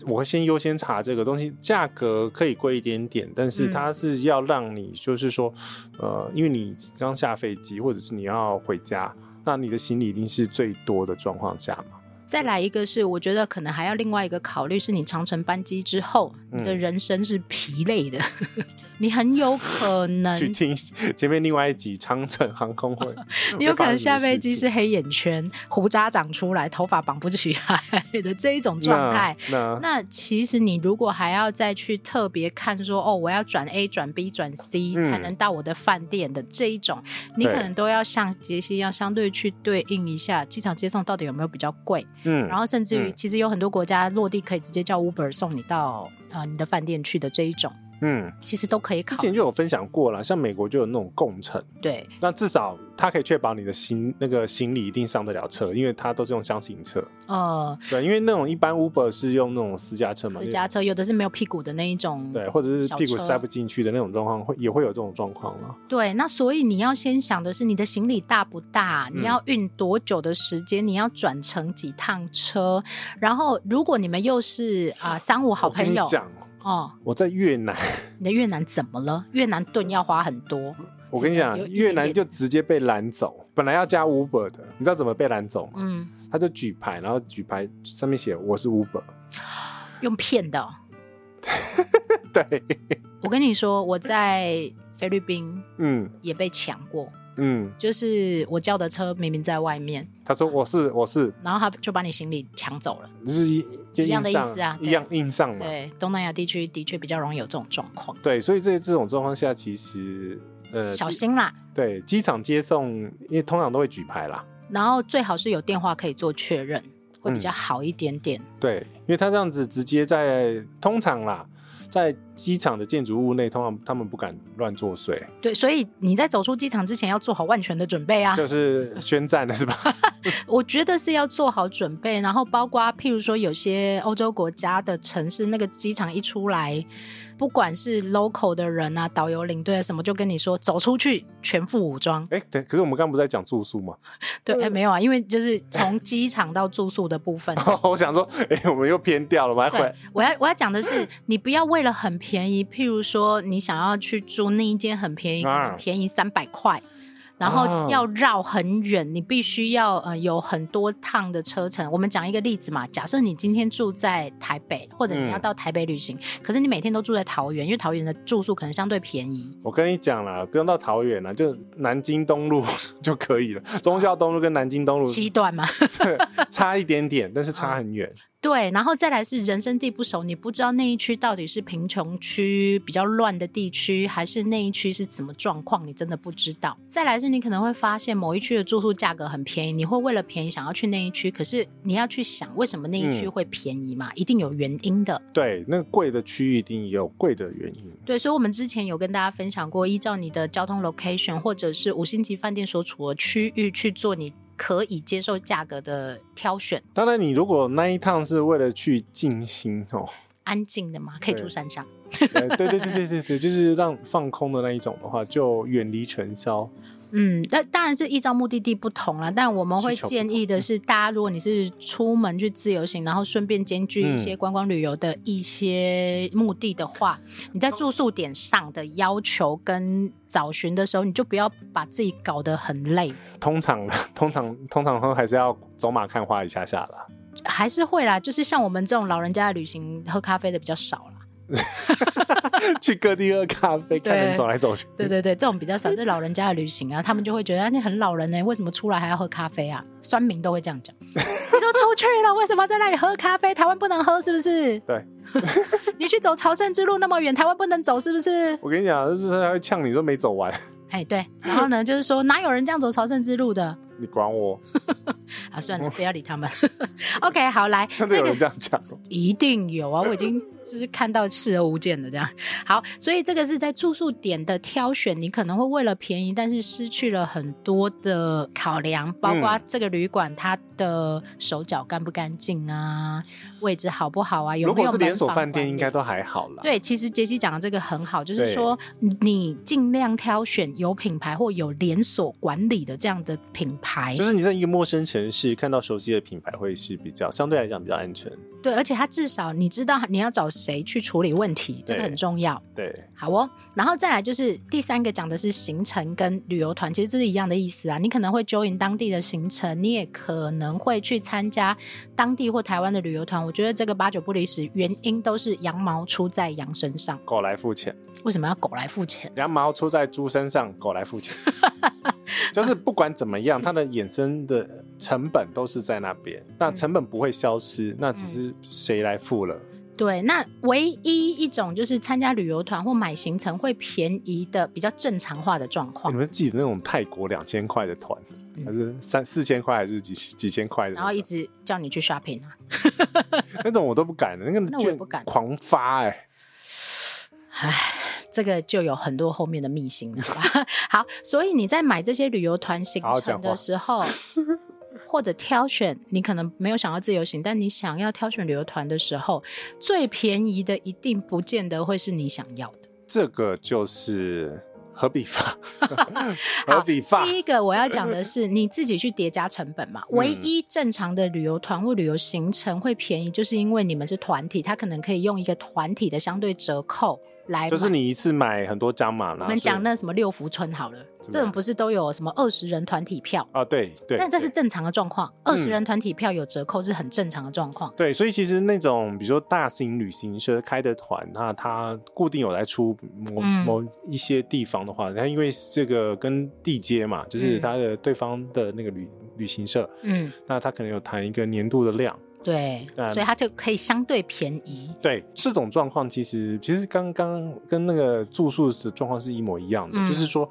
我会先优先查这个东西，价格可以贵一点点，但是
嗯
它是要让你就是说，呃，因为你刚下飞机或者是你要回家，那你的行李一定是最多的状况下嘛。
再来一个是，我觉得可能还要另外一个考虑是，你长程班机之后，你的
嗯
人生是疲累的， 你很有可能，
去听前面另外一集长城航空会
你有可能下飞机是黑眼圈、胡渣长出来、头发绑不起来的这一种状态。
那那
那其实你如果还要再去特别看说，哦，我要转 A 转 B 转 C
嗯
才能到我的饭店的这一种，你可
对
能都要像杰西一样，相对去对应一下机场接送到底有没有比较贵，
嗯，
然后甚至于
嗯
其实有很多国家落地可以直接叫 Uber 送你到呃你的饭店去的这一种，
嗯，
其实都可以
之
考
前就有分享过了，像美国就有那种共乘，
对。
那至少它可以确保你的行那个行李一定上得了车，因为它都是用箱型车。
呃，
对，因为那种一般 Uber 是用那种私家车嘛，
私家车有的是没有屁股的那一种，
对，或者是屁股
小车哦
塞不进去的那种状况，会也会有这种状况了。
对，那所以你要先想的是你的行李大不大，
嗯
你要运多久的时间，你要转乘几趟车，然后如果你们又是啊、三五好
我跟
朋
你
友
讲，
哦，
我在越南，
你的越南怎么了？越南盾要花很多，
我跟你讲
有，一
越
点
南
点
就直接被拦走，本来要加 Uber 的，你知道怎么被拦走吗？
嗯，
他就举牌，然后举牌上面写我是 Uber，
用骗的哦、
对，
我跟你说，我在菲律宾
嗯
也被抢过，
嗯，
就是我叫的车明明在外面，
他说我是我是，
然后他就把你行李抢走了。
就是一就
一样的
硬上
意思啊对
一样硬上嘛，
对，东南亚地区的确比较容易有这种状况，
对，所以这这种状况下，其实呃，
小
机
心啦。
对机场接送，因为通常都会举牌啦，
然后最好是有电话可以做确认，会比较好一点点。
对，因为他这样子直接在通常啦，在机场的建筑物内，通常他们不敢乱作祟，
对，所以你在走出机场之前要做好万全的准备啊！
就是宣战了是 吧？
我觉得是要做好准备，然后包括譬如说有些欧洲国家的城市，那个机场一出来，不管是 local 的人啊、导游领队啊什么，就跟你说走出去全副武装。
哎、对，可是我们刚刚不是在讲住宿吗？
对，哎没有啊，因为就是从机场到住宿的部分。
我想说，哎、我们又偏掉了，我们还
对
回，
我要我要讲的
嗯
是，你不要为了很便宜，譬如说你想要去住那一间很便宜，可
啊
能便宜三百块，然后
啊
要绕很远，你必须要呃有很多趟的车程。我们讲一个例子嘛，假设你今天住在台北，或者你
嗯
要到台北旅行，可是你每天都住在桃园，因为桃园的住宿可能相对便宜。
我跟你讲啦，不用到桃园啦，就南京东路 就可以了。忠孝东路跟南京东路
七段嘛，
差一点 点，但是差很远。
对，然后再来是人生地不熟，你不知道那一区到底是贫穷区、比较乱的地区，还是那一区是怎么状况，你真的不知道。再来是你可能会发现某一区的住宿价格很便宜，你会为了便宜想要去那一区，可是你要去想为什么那一区
嗯
会便宜嘛，一定有原因的。
对，那个贵的区域一定也有贵的原因。
对，所以我们之前有跟大家分享过，依照你的交通 location 或者是五星级饭店所处的区域去做你可以接受价格的挑选，
当然，你如果那一趟是为了去静心 哦，
安静的嘛，可以住
对
山上。
呃对对对对对对，就是让放空的那一种的话，就远离尘嚣。
嗯，但当然是依照目的地不同了，但我们会
需求不嗯
建议的是，大家如果你是出门去自由行，然后顺便兼具一
嗯
些观光旅游的一些目的的话，你在住宿点上的要求跟找寻的时候，你就不要把自己搞得很累，
通常，通常，通常都还是要走马看花一下下啦。
还是会啦，就是像我们这种老人家的旅行，喝咖啡的比较少啦。
去各地喝咖啡，看人
对
走来走去。
对对对，这种比较少，这是老人家的旅行啊，他们就会觉得啊你很老人呢、为什么出来还要喝咖啡啊？酸民都会这样 讲，你都出去了，为什么在那里喝咖啡？台湾不能喝是不是？
对，
你去走朝圣之路那么远，台湾不能走是不是？
我跟你讲，就是他会呛你说没走完，
哎，对，然后呢，就是说哪有人这样走朝圣之路的
你管我？
啊？算了，不要理他们。OK，好，来 这
真的有
个
人这样讲？
一定有啊！我已经就是看到视而无见的这样。 好，所以这个是在住宿点的挑选，你可能会为了便宜，但是失去了很多的考量，包
嗯
括这个旅馆它的手脚干不干净啊，位置好不好啊，有
如
没
果
有
是连锁
门
饭
房
店，
管
应
理
该。都还好啦。
对，其实杰西讲的这个很好，就是
对
说你尽量挑选有品牌或有连锁管理的这样的品牌，
就是你在一个陌生全是看到熟悉的品牌会是比较相对来讲比较安全。
对，而且它至少你知道你要找谁去处理问题，这个很
对
重要。
对，
好哦，然后再来就是第三个讲的是行程跟旅游团，其实这是一样的意思啊。你可能会 join 当地的行程，你也可能会去参加当地或台湾的旅游团。我觉得这个八九不离十，原因都是羊毛出在羊身上。
狗来付钱，
为什么要狗来付钱？
羊毛出在猪身上，狗来付 钱，就是不管怎么样，它的衍生的成本都是在那边，那
嗯
成本不会消失，那只是谁来付了。
对，那唯一一种就是参加旅游团或买行程会便宜的、比较正常化的状
你
况。
们记得那种泰国两千块的团，
哦嗯
还是三四千块，还是几几千块的那种？
然后一直叫你去 shopping 啊，
那种我都不敢的，那个
那我也
券
不敢
狂发哎、
唉，这个就有很多后面的秘辛了。 好，所以你在买这些旅游团行
好好
程
讲
的
话
时候，或者挑选，你可能没有想要自由行，但你想要挑选旅游团的时候，最便宜的一定不见得会是你想要的。
这个就是和比 发，和比发，嗯
第一个我要讲的是，你自己去叠加成本嘛。唯一正常的旅游团或旅游行程会便宜，就是因为你们是团体，他可能可以用一个团体的相对折扣来
就是
买
你一次买很多张嘛，然
我
后
们
是
讲那什么六福村好了，
怎么样
这种不是都有什么二十人团体票？
啊，对对，
但这是
对
正常的状况，二十
嗯
人团体票有折扣是很正常的状况。
对，所以其实那种比如说大型旅行社开的团，那它固定有来出某、
嗯
某一些地方的话，它因为这个跟地接嘛，就是
嗯
它的对方的那个旅旅行社，
嗯，
那它可能有谈一个年度的量。
对，
嗯
所以它就可以相对便宜。
对这种状况，其实其实刚刚跟那个住宿的状况是一模一样的，
嗯
就是说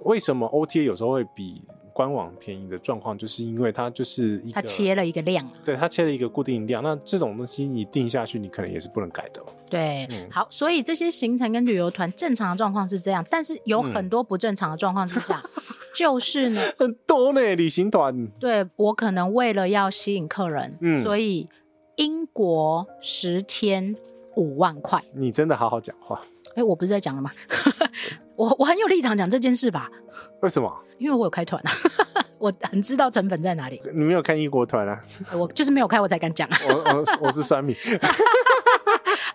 为什么 OTA 有时候会比官网便宜的状况，就是因为它就是一个
它切了一个量，
对它切了一个固定量，那这种东西你定下去，你可能也是不能改的哦。
对，
嗯
好，所以这些行程跟旅游团正常的状况是这样，但是有
嗯
很多不正常的状况之下，就是呢，
很多呢，旅行团
对我可能为了要吸引客人，
嗯
所以英国十天五万块，
你真的好好讲话，
哎，我不是在讲了吗？ 我我很有立场讲这件事吧，
为什么
因为我有开团啊， 我很知道成本在哪里，
你没有看异国团啊？
我就是没有开我才敢讲。啊
我我我是酸米，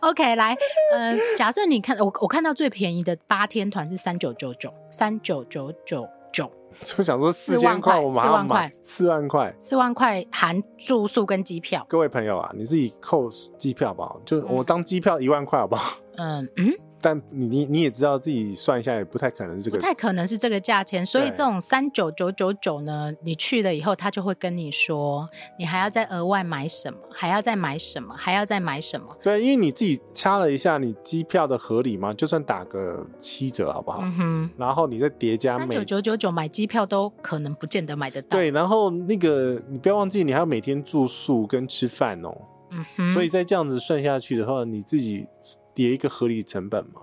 OK，来，呃，假设你看我我看到最便宜的八天团是三九九九，三九九九九。
就想说
四
四
万
千
块
块，我马上买四万块。
四万块含住宿跟机票，
各位朋友啊，你自己扣机票吧，就我当机票一万块好不好？
嗯嗯，
但你你你也知道自己算一下，也不太可能是这
不
个。
太可能是这个价钱，所以
对
这种三九九九九呢，你去了以后，他就会跟你说，你还要再额外买什么，还要再买什么，还要再买什么，
对，因为你自己掐了一下，你机票的合理嘛，就算打个七折好不好？
嗯哼，
然后你再叠加
三
每
九九九九买机票都可能不见得买得到，，
对，然后那个你不要忘记，你还要每天住宿跟吃饭哦。
嗯哼，
所以再这样子算下去的话，你自己叠一个合理成本嘛。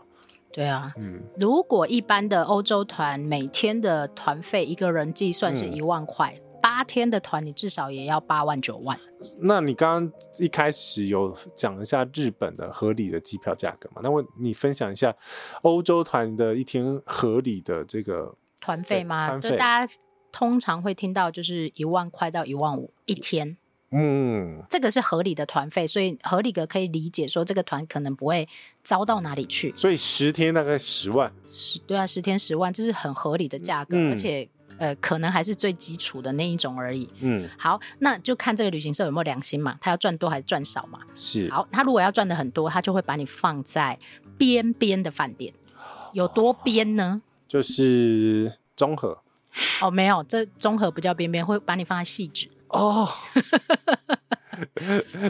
对啊，
嗯，
如果一般的欧洲团每天的团费一个人计算是
嗯
一万块，八天的团你至少也要八万九万，
那你刚刚一开始有讲一下日本的合理的机票价格嘛？那我你分享一下欧洲团的一天合理的这个
团费吗？
团
就
费
大家通常会听到就是一万块到一万五一天，
嗯，
这个是合理的团费，所以合理的可以理解说这个团可能不会糟到哪里去。
所以十天大概十万，
十对啊，十天十万，这是很合理的价格，
嗯
而且呃，可能还是最基础的那一种而已。
嗯，
好，那就看这个旅行社有没有良心嘛，他要赚多还是赚少嘛。
是
好，他如果要赚的很多，他就会把你放在边边的饭店，有多边呢？
就是综合
哦，没有，这综合不叫边边，会把你放在细致。
哦。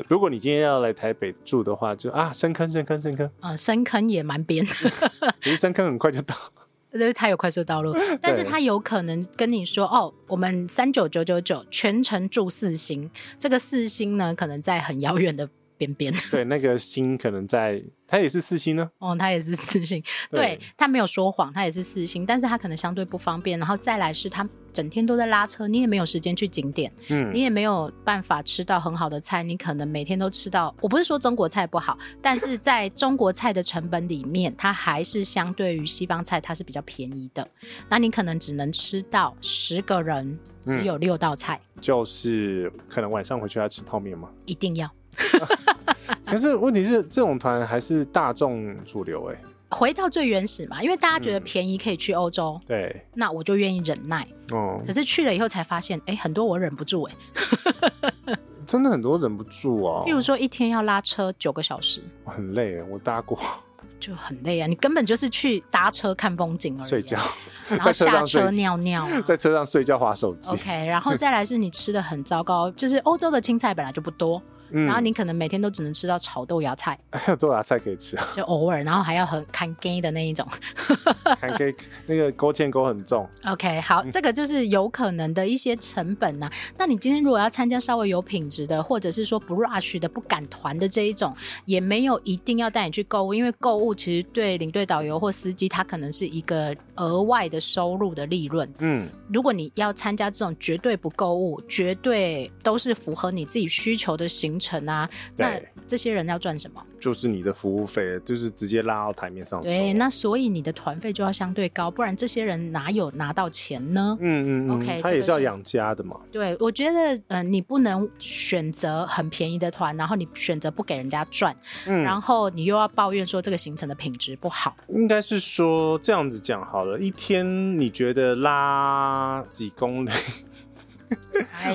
如果你今天要来台北住的话，就啊深坑深坑深坑，
嗯，深坑也蛮边，
其实深坑很快就到。
因为它有快速道路，但是它有可能跟你说，哦，我们三九九九九全程住四星，这个四星呢，可能在很遥远的边边，
对，那个心可能在它也是四星呢。
哦，他也是私信，
对
对他没有说谎，他也是私信，但是他可能相对不方便。然后再来是他整天都在拉车，你也没有时间去景点，
嗯
你，也没有办法吃到很好的菜，你可能每天都吃到。我不是说中国菜不好，但是在中国菜的成本里面，它还是相对于西方菜它是比较便宜的。那你可能只能吃到十个人
嗯
只有六道菜，
就是可能晚上回去要吃泡面嘛。
一定要。啊
可是问题是，这种团还是大众主流哎、
回到最原始嘛，因为大家觉得
嗯
便宜可以去欧洲，
对，
那我就愿意忍耐。
哦、
可是去了以后才发现，哎，很多我忍不住哎、
真的很多忍不住哦
譬，如说一天要拉车九个小时，
我很累欸，我搭过
哦就很累啊！你根本就是去搭车看风景而已啊、
睡觉，
然后
在车
下
上睡
车尿尿啊、
在车上睡觉划手机。
OK，然后再来是你吃的很糟糕，就是欧洲的青菜本来就不多，
嗯
然后你可能每天都只能吃到炒豆芽菜，
还有多少菜可以吃啊？
就偶尔，然后还要很看 gay 的那一种。
看可以那个勾芡勾很重，
OK，好，这个就是有可能的一些成本呐、那你今天如果要参加稍微有品质的，或者是说不 rush 的、不赶团的这一种，也没有一定要带你去购物，因为购物其实对领队、导游或司机，他可能是一个额外的收入的利润。
嗯，
如果你要参加这种绝对不购物、绝对都是符合你自己需求的行程啊，那
对
这些人要赚什么？
就是你的服务费，就是直接拉到台面上说。
对，那所以你的团费就要相对高，不然这些人哪有拿到钱呢？
嗯嗯嗯
OK，
他
这
也
个
是要
是
养家的嘛。
对，我觉得，嗯、你不能选择很便宜的团，然后你选择不给人家赚，
嗯，
然后你又要抱怨说这个行程的品质不好。
应该是说这样子讲好了，一天你觉得拉几公里？
哎，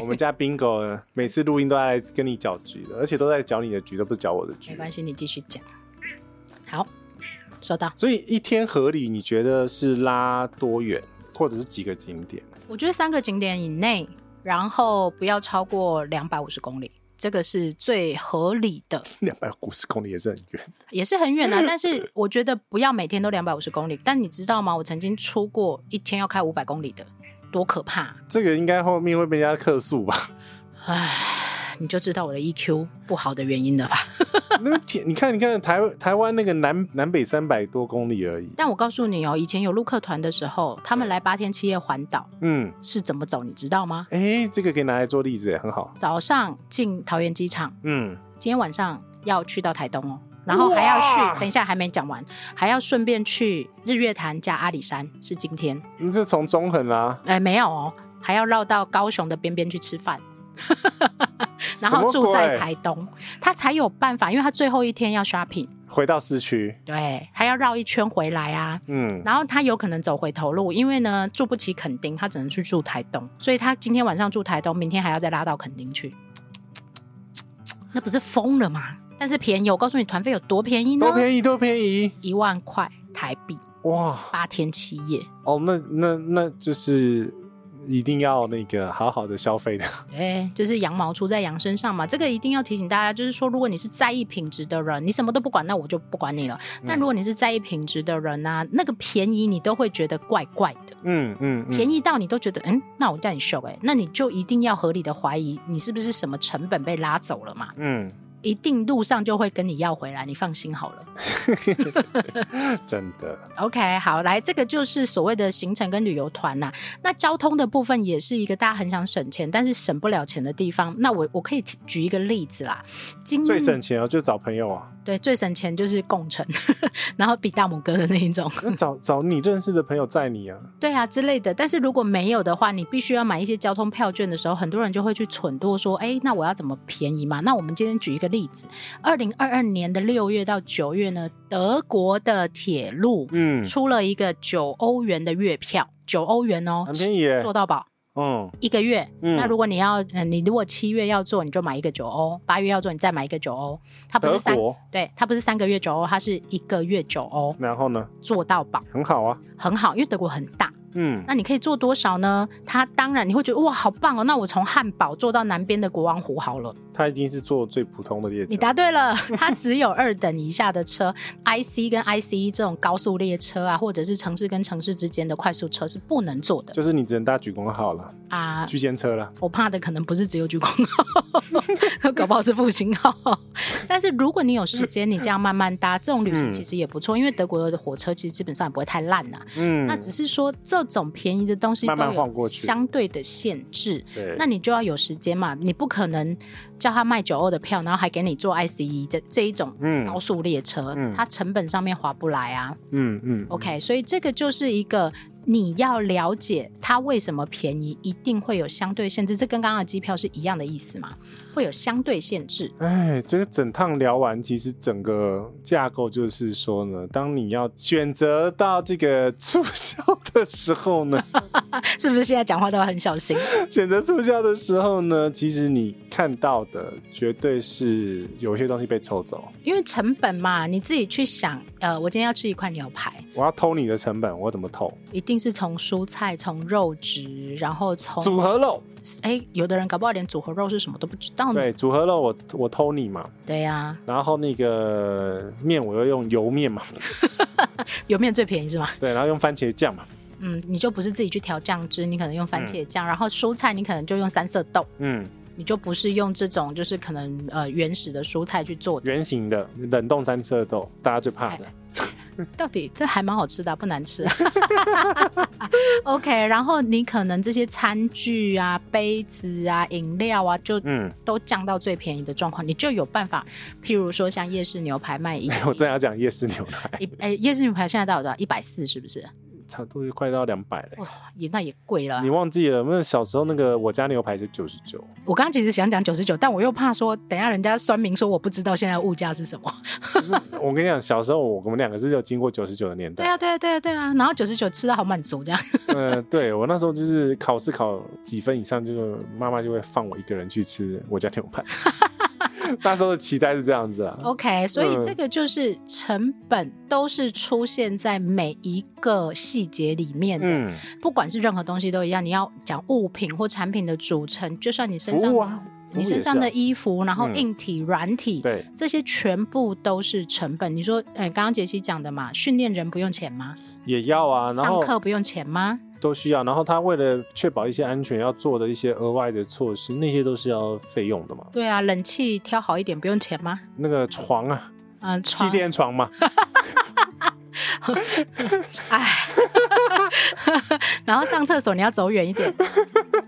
我们家 bingo 呢每次录音都在跟你搅局的，而且都在搅你的局，都不是搅我的
没
局。
关系，你继续讲。好，收到。
所以一天合理，你觉得是拉多远，或者是几个景点？
我觉得三个景点以内，然后不要超过两百五十公里，这个是最合理的，
两百五十公里也是很远。
也是很远的、但是我觉得不要每天都两百五十公里。但你知道吗？我曾经出过一天要开五百公里的，多可怕、啊
这个应该后面会被人家客诉吧？
唉，你就知道我的 EQ 不好的原因了吧？
那个铁，你看，你看台台湾那个南南北三百多公里而已。
但我告诉你哦，以前有陆客团的时候，他们来八天七夜环岛
嗯，
是怎么走，你知道吗？
哎、这个可以拿来做例子，很好。
早上进桃园机场，
嗯，
今天晚上要去到台东哦，然后还要
哇
去，等一下还没讲完，还要顺便去日月潭加阿里山，是今天？
你这从中横啊啦、
哎，没有哦，还要绕到高雄的边边去吃 饭。然后
什么
住在
鬼
台东，他才有办法，因为他最后一天要 shopping，
回到市区。
对，他要绕一圈回来啊，
嗯，
然后他有可能走回头路，因为呢住不起垦丁，他只能去住台东，所以他今天晚上住台东，明天还要再拉到垦丁去，那不是疯了吗？但是便宜，我告诉你，团费有多便宜呢
多？便宜，多便宜！
一万块台币，
哇，
八天七夜。
哦，那那那就是一定要那个好好的消费的。
哎，就是羊毛出在羊身上嘛，这个一定要提醒大家，就是说，如果你是在意品质的人，你什么都不管，那我就不管你了。
嗯
但如果你是在意品质的人呢、啊那个便宜你都会觉得怪怪的。
嗯嗯，
便
宜。
宜到你都觉得，嗯，那我叫你秀哎、欸，那你就一定要合理的怀疑你是不是什么成本被拉走了嘛？
嗯，
一定路上就会跟你要回来，你放心好了。
真的。
OK，好，来，这个就是所谓的行程跟旅游团呐、那交通的部分也是一个大家很想省钱，但是省不了钱的地方。那我我可以提举一个例子啦，今
最省钱哦，就找朋友啊，
对最省钱就是共乘， 然后比大拇哥的那一种。
那找找你认识的朋友载你啊。
对啊之类的。但是如果没有的话，你必须要买一些交通票券的时候，很多人就会去蠢惰说：“哎，那我要怎么便宜嘛？”那我们今天举一个例子，二零二二年的六月到九月呢，德国的铁路
嗯，
出了一个九欧元的月票，九欧元哦
很，便宜耶。
做到饱。
嗯
一个月，
嗯
那如果你要，嗯，你如果七月要做，你就买一个九欧；八月要做，你再买一个九欧。它啊不是
德
三，
国，
对，它不是三个月九欧，它是一个月九欧，
然后呢，
做到饱，
很好啊。
很好，因为德国很大，
嗯
那你可以做多少呢？他当然你会觉得哇，好棒哦！那我从汉堡做到南边的国王湖好了。
他一定是做最普通的列车。
你答对了， 它只有二等以下的车，IC 跟 ICE 这种高速列车啊，或者是城市跟城市之间的快速车是不能坐的
就是你只能搭举光号了，
啊。
居间车了。
我怕的可能不是只有鞠躬号， 搞不好是复兴号。但是如果你有时间，你这样慢慢搭，这种旅行其实也不错，因为德国的火车其实基本上也不会太烂呐、
嗯，
那只是说这种便宜的东西
慢慢
都有
晃过去
相对的限制。
对，
那你就要有时间嘛，你不可能叫他卖九欧的票，然后还给你坐 ICE E 这这一种
嗯
高速列车，
嗯
它成本上面划不来啊。
嗯嗯
OK，所以这个就是一个你要了解它为什么便宜，一定会有相对限制，这跟刚刚的机票是一样的意思嘛？会有相对限制，
哎，这个整趟聊完，其实整个架构就是说呢，当你要选择到这个促销的时候 呢，
是不是？现在讲话都要很小 心。
选择促销的时候呢，其实你看到的绝对是有些东西被抽走。
因为成本嘛，你自己去想。呃，我今天要吃一块牛排，
我要偷你的成本，我怎么偷？
一定是从蔬菜、从肉质，然后从
组合肉，
哎，有的人搞不好连组合肉是什么都不知道呢。
对，组合肉我我偷你嘛，
对呀、
然后那个面我又用油面嘛，
油面最便宜是吗？
对，然后用番茄酱嘛，
嗯，你就不是自己去调酱汁，你可能用番茄酱，然后蔬菜你可能就用三色豆，
嗯，
你就不是用这种就是可能呃原始的蔬菜去做的。
圆形的冷冻三色豆，大家最怕
哎
的，
到底这还蛮好吃的啊、不难 吃、啊。OK，然后你可能这些餐具啊、杯子啊、饮料啊，就
嗯，
都降到最便宜的状况，你就有办法。譬如说像夜市牛排卖一
我正要讲夜市牛排，
一哎、夜市牛排现在到底多少？一百四是不是？
差不多快到两百了。
哇，也那也贵了啊、
你忘记了？那小时候那个我家牛排就九十 九，
我刚刚其实想讲九十九，但我又怕说，等一下人家酸民说我不知道现在物价是什么。
我跟你讲，小时候我们两个是有经过九十九的年
对
代。
啊，对啊，对啊，对啊。然后九十九吃的好满足，这样
嗯、对我那时候就是考试考几分以上，就妈妈就会放我一个人去吃我家牛 排。那时候的期待是这样子啊。
OK。所以这个就是成本都是出现在每一个细节里面的，
嗯，
不管是任何东西都一样。你要讲物品或产品的组成，就算你身上
服务啊服务
你
也
身上
是啊
的衣服，然后
嗯
硬体、软体，
对，
这些全部都是成本。你说，呃，刚刚杰西讲的嘛，训练人不用钱吗？
也要啊，然
上
后
课不用钱吗？
都需要。然后他为了确保一些安全，要做的一些额外的措施，那些都是要费用的嘛。
对啊，冷气挑好一点不用钱吗？
那个床啊，
嗯、
气
床，
垫床嘛，
哎， 然后上厕所你要走远一点，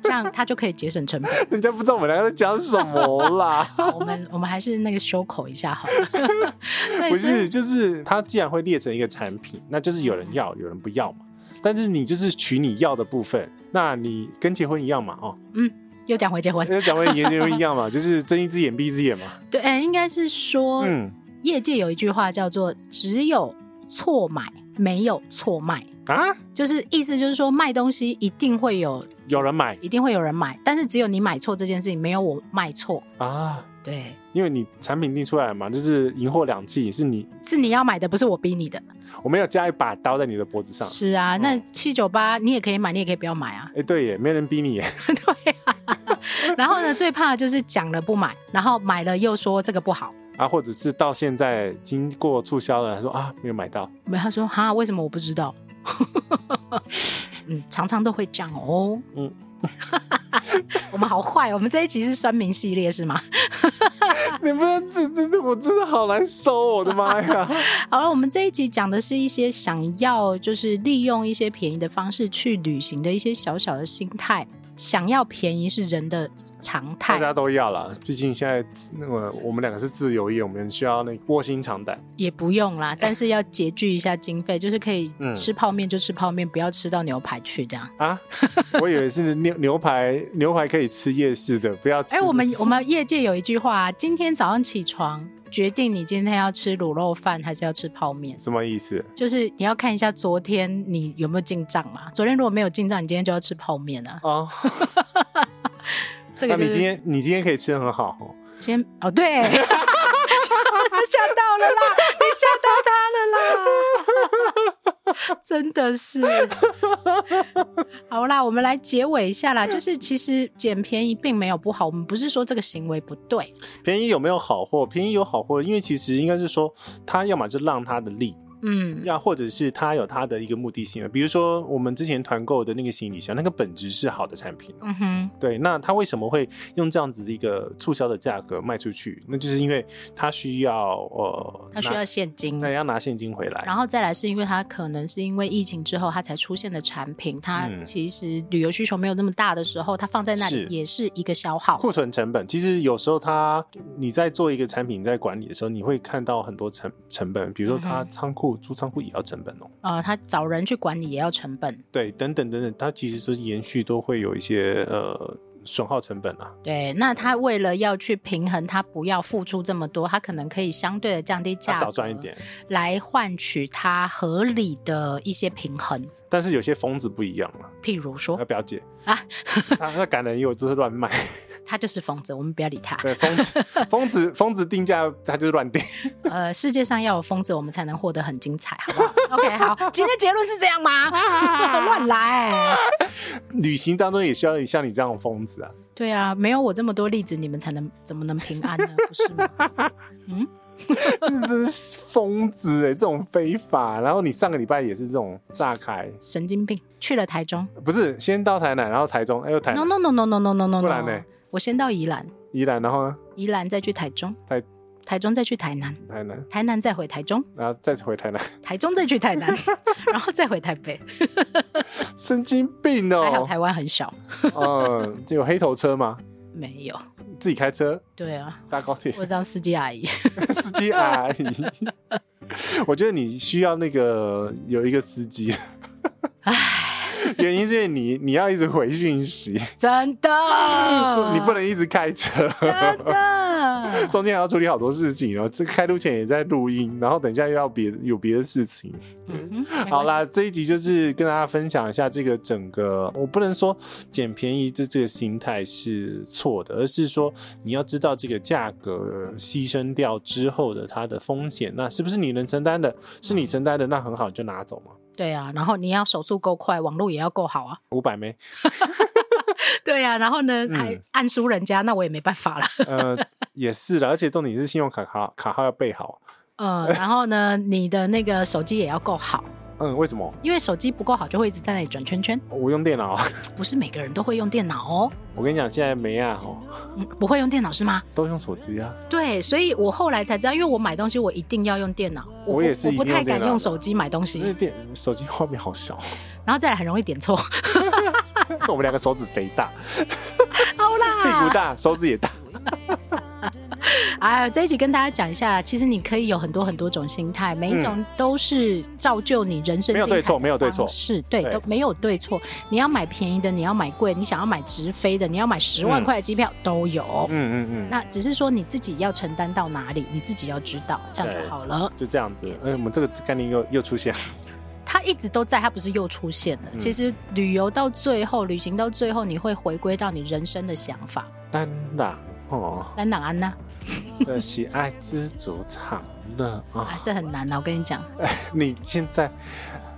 这样他就可以节 省成本。
人家不知道我们两个在讲什么啦。
好，我们我们还是那个修口一下好了。 对，
不
所以
是，就是它既然会列成一个产品，那就是有人要，有人不要嘛。但是你就是取你要的部分，那你跟结婚一样嘛，哦，
又讲回结婚，
那讲完研究一样嘛，就是睁一只眼闭一只眼嘛。
对，哎，应该是说、
嗯，
业界有一句话叫做“只有错买，没有错卖
啊，”，
就是意思就是说卖东西一定会有，
有人买
一定会有人买，但是只有你买错这件事情，没有我卖错。
啊，
对，
因为你产品定出来嘛，就是银货两讫，是你
是你要买的，不是我逼你的。
我没有加一把刀在你的脖子上。
是啊，
嗯
那七九八你也可以买，你也可以不要买啊。
哎，对耶，没人逼你耶，
对啊。 然后呢，最怕的就是讲了不买，然后买了又说这个不好。
啊，或者是到现在经过促销了，说啊没有买到，
没，他说哈，为什么我不知道？ 嗯，常常都会这样哦。嗯
嗯，
我们好坏，我们这一集是酸民系列是吗？ 啊
你不要这这这，我真的好难收，哦我的妈呀！
好了，我们这一集讲的是一些想要就是利用一些便宜的方式去旅行的一些小小的心态。想要便宜是人的常态
大，家都要啦，毕竟现在自那个我们两个是自由业，我们需要那个卧薪尝胆。
也不用啦，但是要拮据一下经费，就是可以
嗯
吃泡面就吃泡面，不要吃到牛排去这样。
啊 我以为是牛牛排，牛排可以吃夜市的，不要吃。
哎、我们我们业界有一句话、啊，今天早上起床决定你今天要吃卤肉饭还是要吃泡面，
什么意思？
就是你要看一下昨天你有没有进账嘛。昨天如果没有进账，你今天就要吃泡面啊。
哦，
这
那
个就
你
是
今天你今天可以吃的很好哦。
先哦，对， 吓到了啦，你吓到他了啦。 真的是。好啦，我们来结尾一下啦。就是其实捡便宜并没有不好，我们不是说这个行为不对，
便宜有没有好货？便宜有好货，因为其实应该是说，他要么就让他的利，
嗯，
要或者是他有他的一个目的性了。比如说我们之前团购的那个行李箱，那个本质是好的产品，哦
嗯哼，
对，那他为什么会用这样子的一个促销的价格卖出去？那就是因为他需要呃，
他需要现金
那。要拿现金回来，
然后再来是因为它可能是因为疫情之后它才出现的产品，它
嗯
其实旅游需求没有那么大的时候，它放在那里
是
也是一个消耗。
库存成本，其实有时候它你在做一个产品在管理的时候，你会看到很多成成本，比如说它
嗯哼
仓库、租仓库也要成本哦，
呃，他找人去管理也要成本，
对，等等等等，它其实是延续都会有一些呃损耗成本啊，
对，那他为了要去平衡，他不要付出这么多，他可能可以相对的降低
它
价，
少赚一，点。
来换取他合理的一些平衡。
但是有些疯子不一样啊了，
譬如说
那表姐
啊，
他 那感人也有就是乱 卖，
他就是疯子，我们不要理他。
对，疯子疯子疯子定价他就是乱定。
呃，世界上要有疯子，我们才能活得很精彩，好不好？OK，好，今天结论是这样吗？乱来。
旅行当中也需要像你这样的疯子啊，
对啊，没有我这么多例子，你们才能怎么能平安呢？不是吗？
这真是疯子哎、这种非法。然后你上个礼拜也是这种炸开，
神经病，去了台中
不是先到台南，然后台中，哎、呦台南
，no no no no no no no no，
不然呢？
我先到宜兰，
宜兰，然后呢
宜兰再去台中，
台
台中再去台南，
台南，
台南再回台中，
然后再回台南，
台中再去台南，然后再回台北。
神经病
还好
哦、
台湾很小，
嗯，这有黑头车吗？
没有。
自己开车，
对啊，
搭高铁
我当司机阿姨。
司机阿姨。我觉得你需要那个有一个司机，原因是因为你你要一直回讯息，
真的，
这你不能一直开车，
嗯真的。
中间还要处理好多事情哦。这开路前也在录音，然后等一下又要别有别的事情。
嗯哼
好，啦，这一集就是跟大家分享一下这个整个，我不能说捡便宜这这个心态是错的，而是说你要知道这个价格牺牲掉之后的它的风险，那是不是你能承担的？是你承担的，那很好，你就拿走嘛。
没关系对啊，然后你要手速够快，网络也要够好啊。
五百枚，
对啊，然后呢
嗯
还暗输人家，那我也没办法 啦。
呃，也是的，而且重点是信用卡卡卡号要备好。
嗯，然后呢，你的那个手机也要够好，
嗯，为什么？
因为手机不够好就会一直在那里转圈圈。
我用电脑，
不是每个人都会用电脑哦，
我跟你讲，现在没啊，哦，
嗯，不会用电脑是吗？
都用手机啊。
对，所以我后来才知道，因为我买东西我一定要用电脑，
我
不
也是
我
一
不
定用
太
电
敢
脑
用
的
手机买东
可是
西，
电手机画面好小，
然后再来很容易点错。
我们两个手指肥大，
好
屁股
啦，
大，手指也大。
哎，这一集跟大家讲一下，其实你可以有很多很多种心态，每一种都是造就你人生
嗯没有对错没有对错
是对，
对
都没有对错。你要买便宜的，你要买贵，你想要买直飞的，你要买十万
嗯
块的机票、都有。
嗯嗯嗯。
那只是说你自己要承担到哪里，你自己要知道，这样就
对
好了。
就这样子。哎、我们这个概念又又出现了，
它一直都在，它不是又出现了。
嗯
其实旅游到最后，旅行到最后，你会回归到你人生的想法。
丹啦哦，
那哪安呢？
的喜爱知足常乐啊！
啊，这很难啊！我跟你 讲，
你现在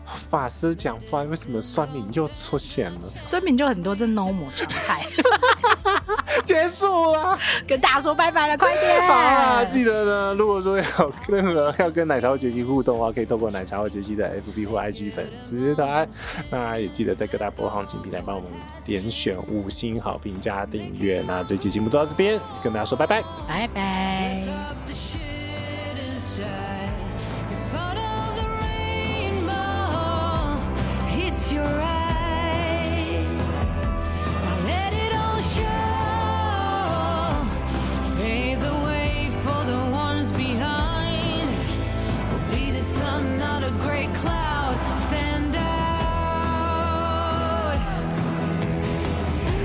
法师讲话，为什么算命又出现了？
说明就很多这 normal 常态。
结束啦！
跟大家说拜拜了，快点！
好啦，记得呢，如果说有任何要跟奶茶或杰西互动的话，可以透过奶茶或杰西的 FB 或 IG 粉丝团。那也记得在各大播放请平台帮我们点选五星好评加订阅。那这期节目就到这边，跟大家说拜拜。
拜拜。
Stop the shit inside. You're part of the rainbow. It's your right. Now let it all show. Pave the way for the ones behind. We'll be the sun, not a great cloud. Stand out. Ooh.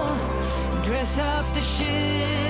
Oh, up the ship.